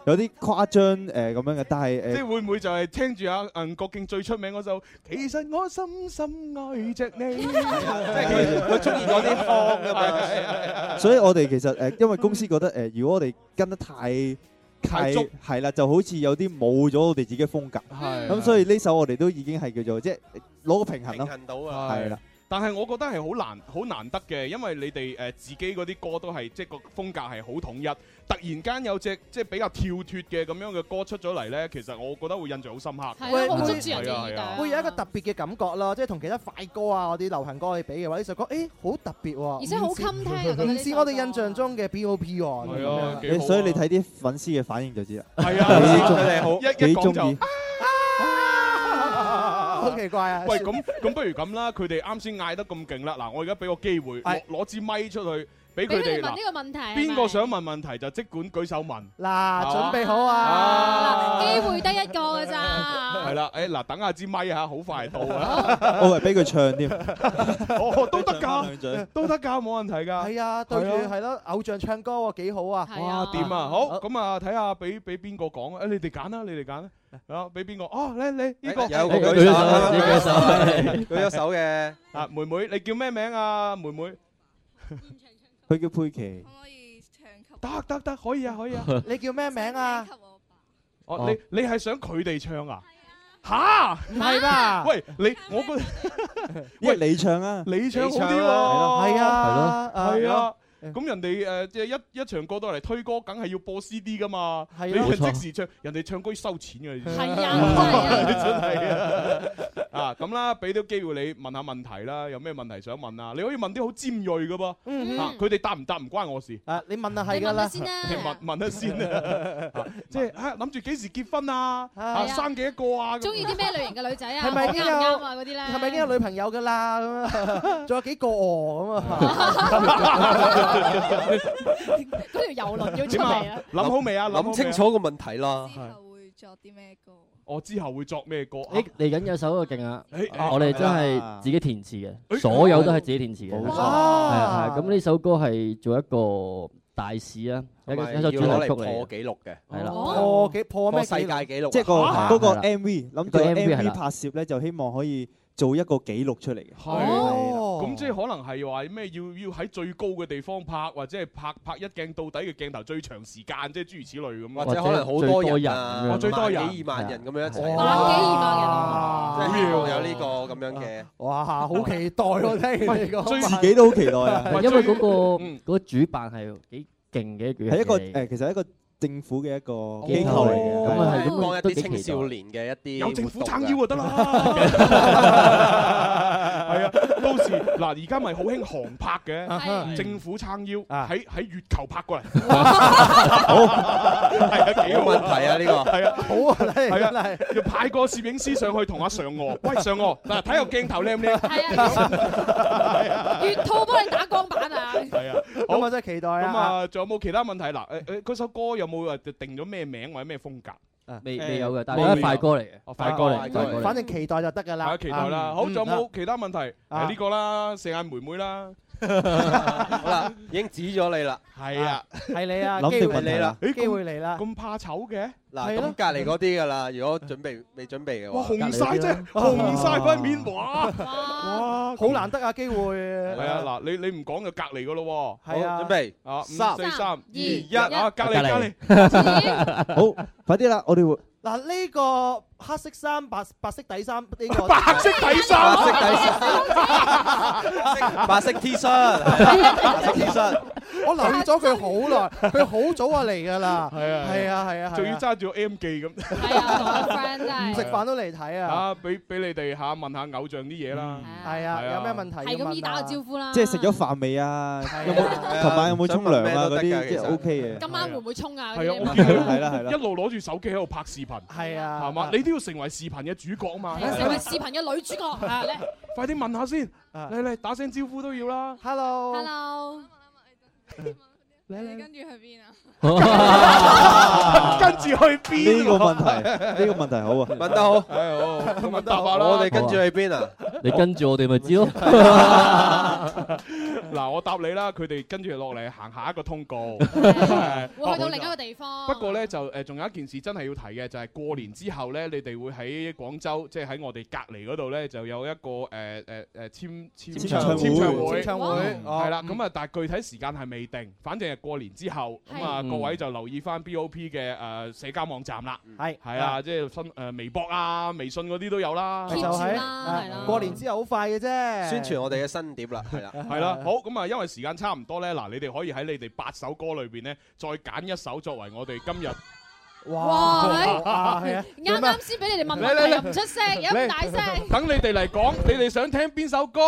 有啲誇張誒咁樣嘅，但係
即係
誒
會唔會就係聽住阿吳國敬最出名嗰首《其實我深深愛着你》， 即
啊
係
佢佢中意嗰啲腔㗎嘛
係係係
所以我哋其實誒，因為公司覺得誒，如果我哋跟得太
太足
係啦，就好似有啲冇咗我哋自己嘅風格。
係
咁，所以呢首我哋都已經係叫做即係攞個平衡咯。
到
啊係啦。
但係我覺得係好難好難得嘅，因為你哋誒、呃自己嗰啲歌都係即係個風格係好統一，突然間有隻即係比較跳脱嘅咁樣嘅歌出咗嚟呢，其實我覺得會印象好深刻。
會
係啊
會
係啊
會有一個特別嘅感覺咯，即係同其他快歌啊、嗰啲流行歌去比嘅話，呢首歌誒好特別喎，
而且好襟聽啊覺得呢
唔似我哋印象中嘅 B.O.P 喎。
係
咁樣
啊你所以你睇啲粉絲嘅反應就知啦。
係啊佢哋好一一
幾
講就
中 意。
好奇怪啊！
喂，咁咁不如咁啦，佢哋啱先嗌得咁勁啦，嗱，我而家俾個機會攞攞支咪出去俾佢
俾佢
哋
哋問呢
嗱，
個問題係咪。
邊個想問問題就即管舉手問。
嗱，準備好
啊
啊！
機會得一個㗎咋？
係啦，誒嗱，等下支咪嚇，好快到啦。
我以為俾佢唱添。
哦，都得
兩嘴
㗎，都得㗎，冇問題㗎。
係啊，對住
係啊
係咯，偶像唱歌喎，幾好啊！
哇，掂啊！好，咁啊，睇下俾俾邊個講啊？誒，你哋揀啦，你哋揀啦。啊，俾邊個？哦，你你呢個
有個舉手舉手 舉咗手嘅。
啊，妹妹，你叫咩名啊？妹妹，
佢叫佩奇。
得得得，可以啊，可以啊。
你叫咩名啊？
哦，你你係想佢哋唱啊？吓，
唔係吧
喂，你我覺得。
因為你唱啊，
你唱好啲喎，
係啊，
係啊。咁人哋誒即係一一場過到嚟推歌，梗係要播 CD 噶嘛。
係啊
你
冇錯
即時唱，人哋唱歌要收錢嘅。
係啊
真
真
係
係
啊
啊！
啊 咁啦，俾啲機會你問下問題啦，有咩問題想問啊？你可以問啲好尖鋭嘅
嗯
噃。啊，佢哋答唔答唔關我事。
啊，你問下係㗎啦。
你問 問下先 啊，啊即係啊諗住幾時結婚啊？啊
啊
生幾多個啊？咁
中意啲咩類型嘅女仔啊？
係咪已經
啱
有
唔啱啊？嗰啲咧
係咪已經有女朋友㗎啦？咁啊，仲有幾個喎咁啊？
嗰條遊輪要出
點
嚟
啊
啊？？
諗好未啊？
諗清楚個問題啦。
我之後會作咩歌？啊
誒嚟緊有首嘅勁啊！
誒
我哋真係自己填詞嘅，所有都係自己填詞嘅。
冇錯
係啊係啊咁呢首歌係做一個大事啊，一個
同埋
一首主題曲
要攞嚟
嚟嘅
破紀錄嘅
係啦，
破幾破咩
世界紀錄啊，
即係個
啊
嗰個
係啦
MV 諗住
個
個
MV 係
MV
啦
拍攝咧，就希望可以做一個記錄出嚟嘅。
係咁即係可能係話咩要要喺最高嘅地方拍，或者係拍拍一鏡到底嘅鏡頭最長時間，即係諸如此類咁樣。
或者可能好多人啊，
哦最多人
幾二萬人咁樣一齊，
哇
即係希望有呢個咁樣嘅。
哇，好期待喎！聽你講，
自己都好期 待啊
係因為嗰個嗰個主辦係幾勁嘅一個
係一個
嚟
誒，其實係一個政府嘅一個
機
機
構
構
嚟
嚟
嘅
嘅，
咁啊係咁
幫一
都
啲
幾
青
期待
少年嘅一啲
有政府
活
撐
動啊㗎
腰就得啦， 係啊！到時嗱，而家咪好興航拍嘅，
係
政府撐腰喺喺月球拍過嚟，係啊，幾好
冇問題啊呢個
係啊，
好啊，
係啊，要派個攝影師上去同阿嫦娥，喂嫦娥，嗱睇個鏡頭靚唔靚？ 啊
月兔幫你打光板啊！
係啊，好
咁我真係期待
咁
啊！
啊，仲有冇其他問題嗱？誒誒，嗰首歌有冇誒定咗咩名或者咩風格？
未
誒
未有嘅但係
冇
都係快歌嚟嘅
哦
快歌
Ờ,
嚟快歌嚟
反正期待就得㗎啦。
Ờ,
ừ, ờ. dạ.
大家期待啦。好，仲有冇
嗯
其他問題？
啊
誒呢個啦，四眼妹妹啦，
好啦，已經 指咗你啦，係啊，
係你啊，
諗
機
定
會
問題
嚟啦
啦，咦
機會嚟啦，
咁怕醜嘅，
係
嗱，
咯
咁隔離嗰啲噶啦，如果準備未準備嘅話，
哇紅
晒啫紅晒塊面哇，
哇，好難得啊機會，
係啊，嗱，你你唔講就隔離噶咯喎，
係啊
好準備啊，五四三二一啊， 隔離隔 離。
好，快啲啦，我哋會。
嗱呢個黑色衫白白色底 衫呢個
白色底衫白色底
衫
白色 T 恤白色 T 恤
我留意咗佢好耐，佢好早啊嚟㗎啦，係
啊
係啊係啊，
仲要揸住個 M 記咁，
唔食飯都嚟睇啊，
啊，俾俾你哋嚇問下偶像啲嘢啦，
係啊，有咩問題
係咁
要
依
問
打
啊？
個招呼啦。
即係食咗飯未啊？有冇琴晚有冇沖涼啊？嗰啲即係 OK 嘅。
今晚會唔會衝啊？
係啊，我
嗰啲
見
係啦係
佢
啦
一路攞住手機喺度拍視頻，
係啊
係嘛？你都要成為視頻嘅主角啊嘛，
成為視頻嘅女主角 啊！咧
快啲問下先，嚟嚟打聲招呼都要啦。
Hello。
，hello，
跟住去邊啊？
跟住去邊？啊
呢個問題，呢個問題好啊，
問得好，
係好，答下啦。
我哋跟住去邊啊？
你跟住我哋咪知咯。
嗱，我答你啦，佢哋跟住落嚟行下一個通告，
會
會
去到另一個地方。
不過呢，就誒，仲有一件事真係要提嘅，就係過年之後呢，你哋會喺廣州，即係喺我哋隔離嗰度呢，就有一個誒誒誒簽簽
簽唱會
簽唱會，
簽唱會哦
係啦。咁啊，但係具體時間係未定，反正係過年之後，咁啊，
係
各位就留意翻 BOP 嘅誒社交網站啦。
係
係啊，即係新誒微博啊、微信嗰啲都有啦。
就係啊過年之後好快嘅啫，
宣傳我哋嘅新碟 啦，係啦，
係啦，好咁啊，因為時間差唔多咧，嗱，你哋可以喺你哋八首歌裏邊咧，再揀一首作為我哋今日。
哇，
哇係
係
啊
啱啱先俾你哋問問題又唔出聲，又咁大聲。
等你哋嚟講，你哋想聽邊首歌？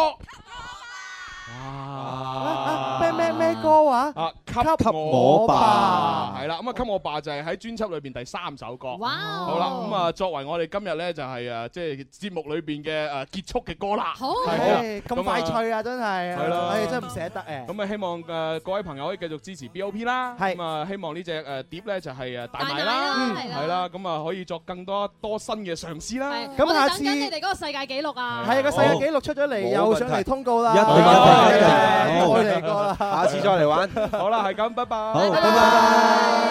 哇！
咩咩咩歌話？
啊，
給
我吧，係啦，咁啊，給我吧就係喺專輯裏邊第三首歌。
哇！
好啦，咁啊，作為我哋今日咧就係誒，即係節目裏邊嘅誒結束嘅歌啦。
好
係啦
唉咁快脆啊，真係，
係啦
唉真係唔捨得誒。
咁啊，希望誒各位朋友可以繼續支持 BOP 啦。咁啊，希望呢只誒碟咧就係誒大
大賣
賣啦，
啦
嗯
係啦
係啦，咁啊可以作更多多新嘅嘗試啦。
係我哋等緊你哋嗰個世界紀錄啊！
係啊個世界紀錄出咗嚟，
冇
又上
問題
嚟通告啦，
一定
好
一定
啊
一
真
定
係
好
再嚟過啦，
下次再嚟玩。
好啦，係咁，拜拜。
拜拜。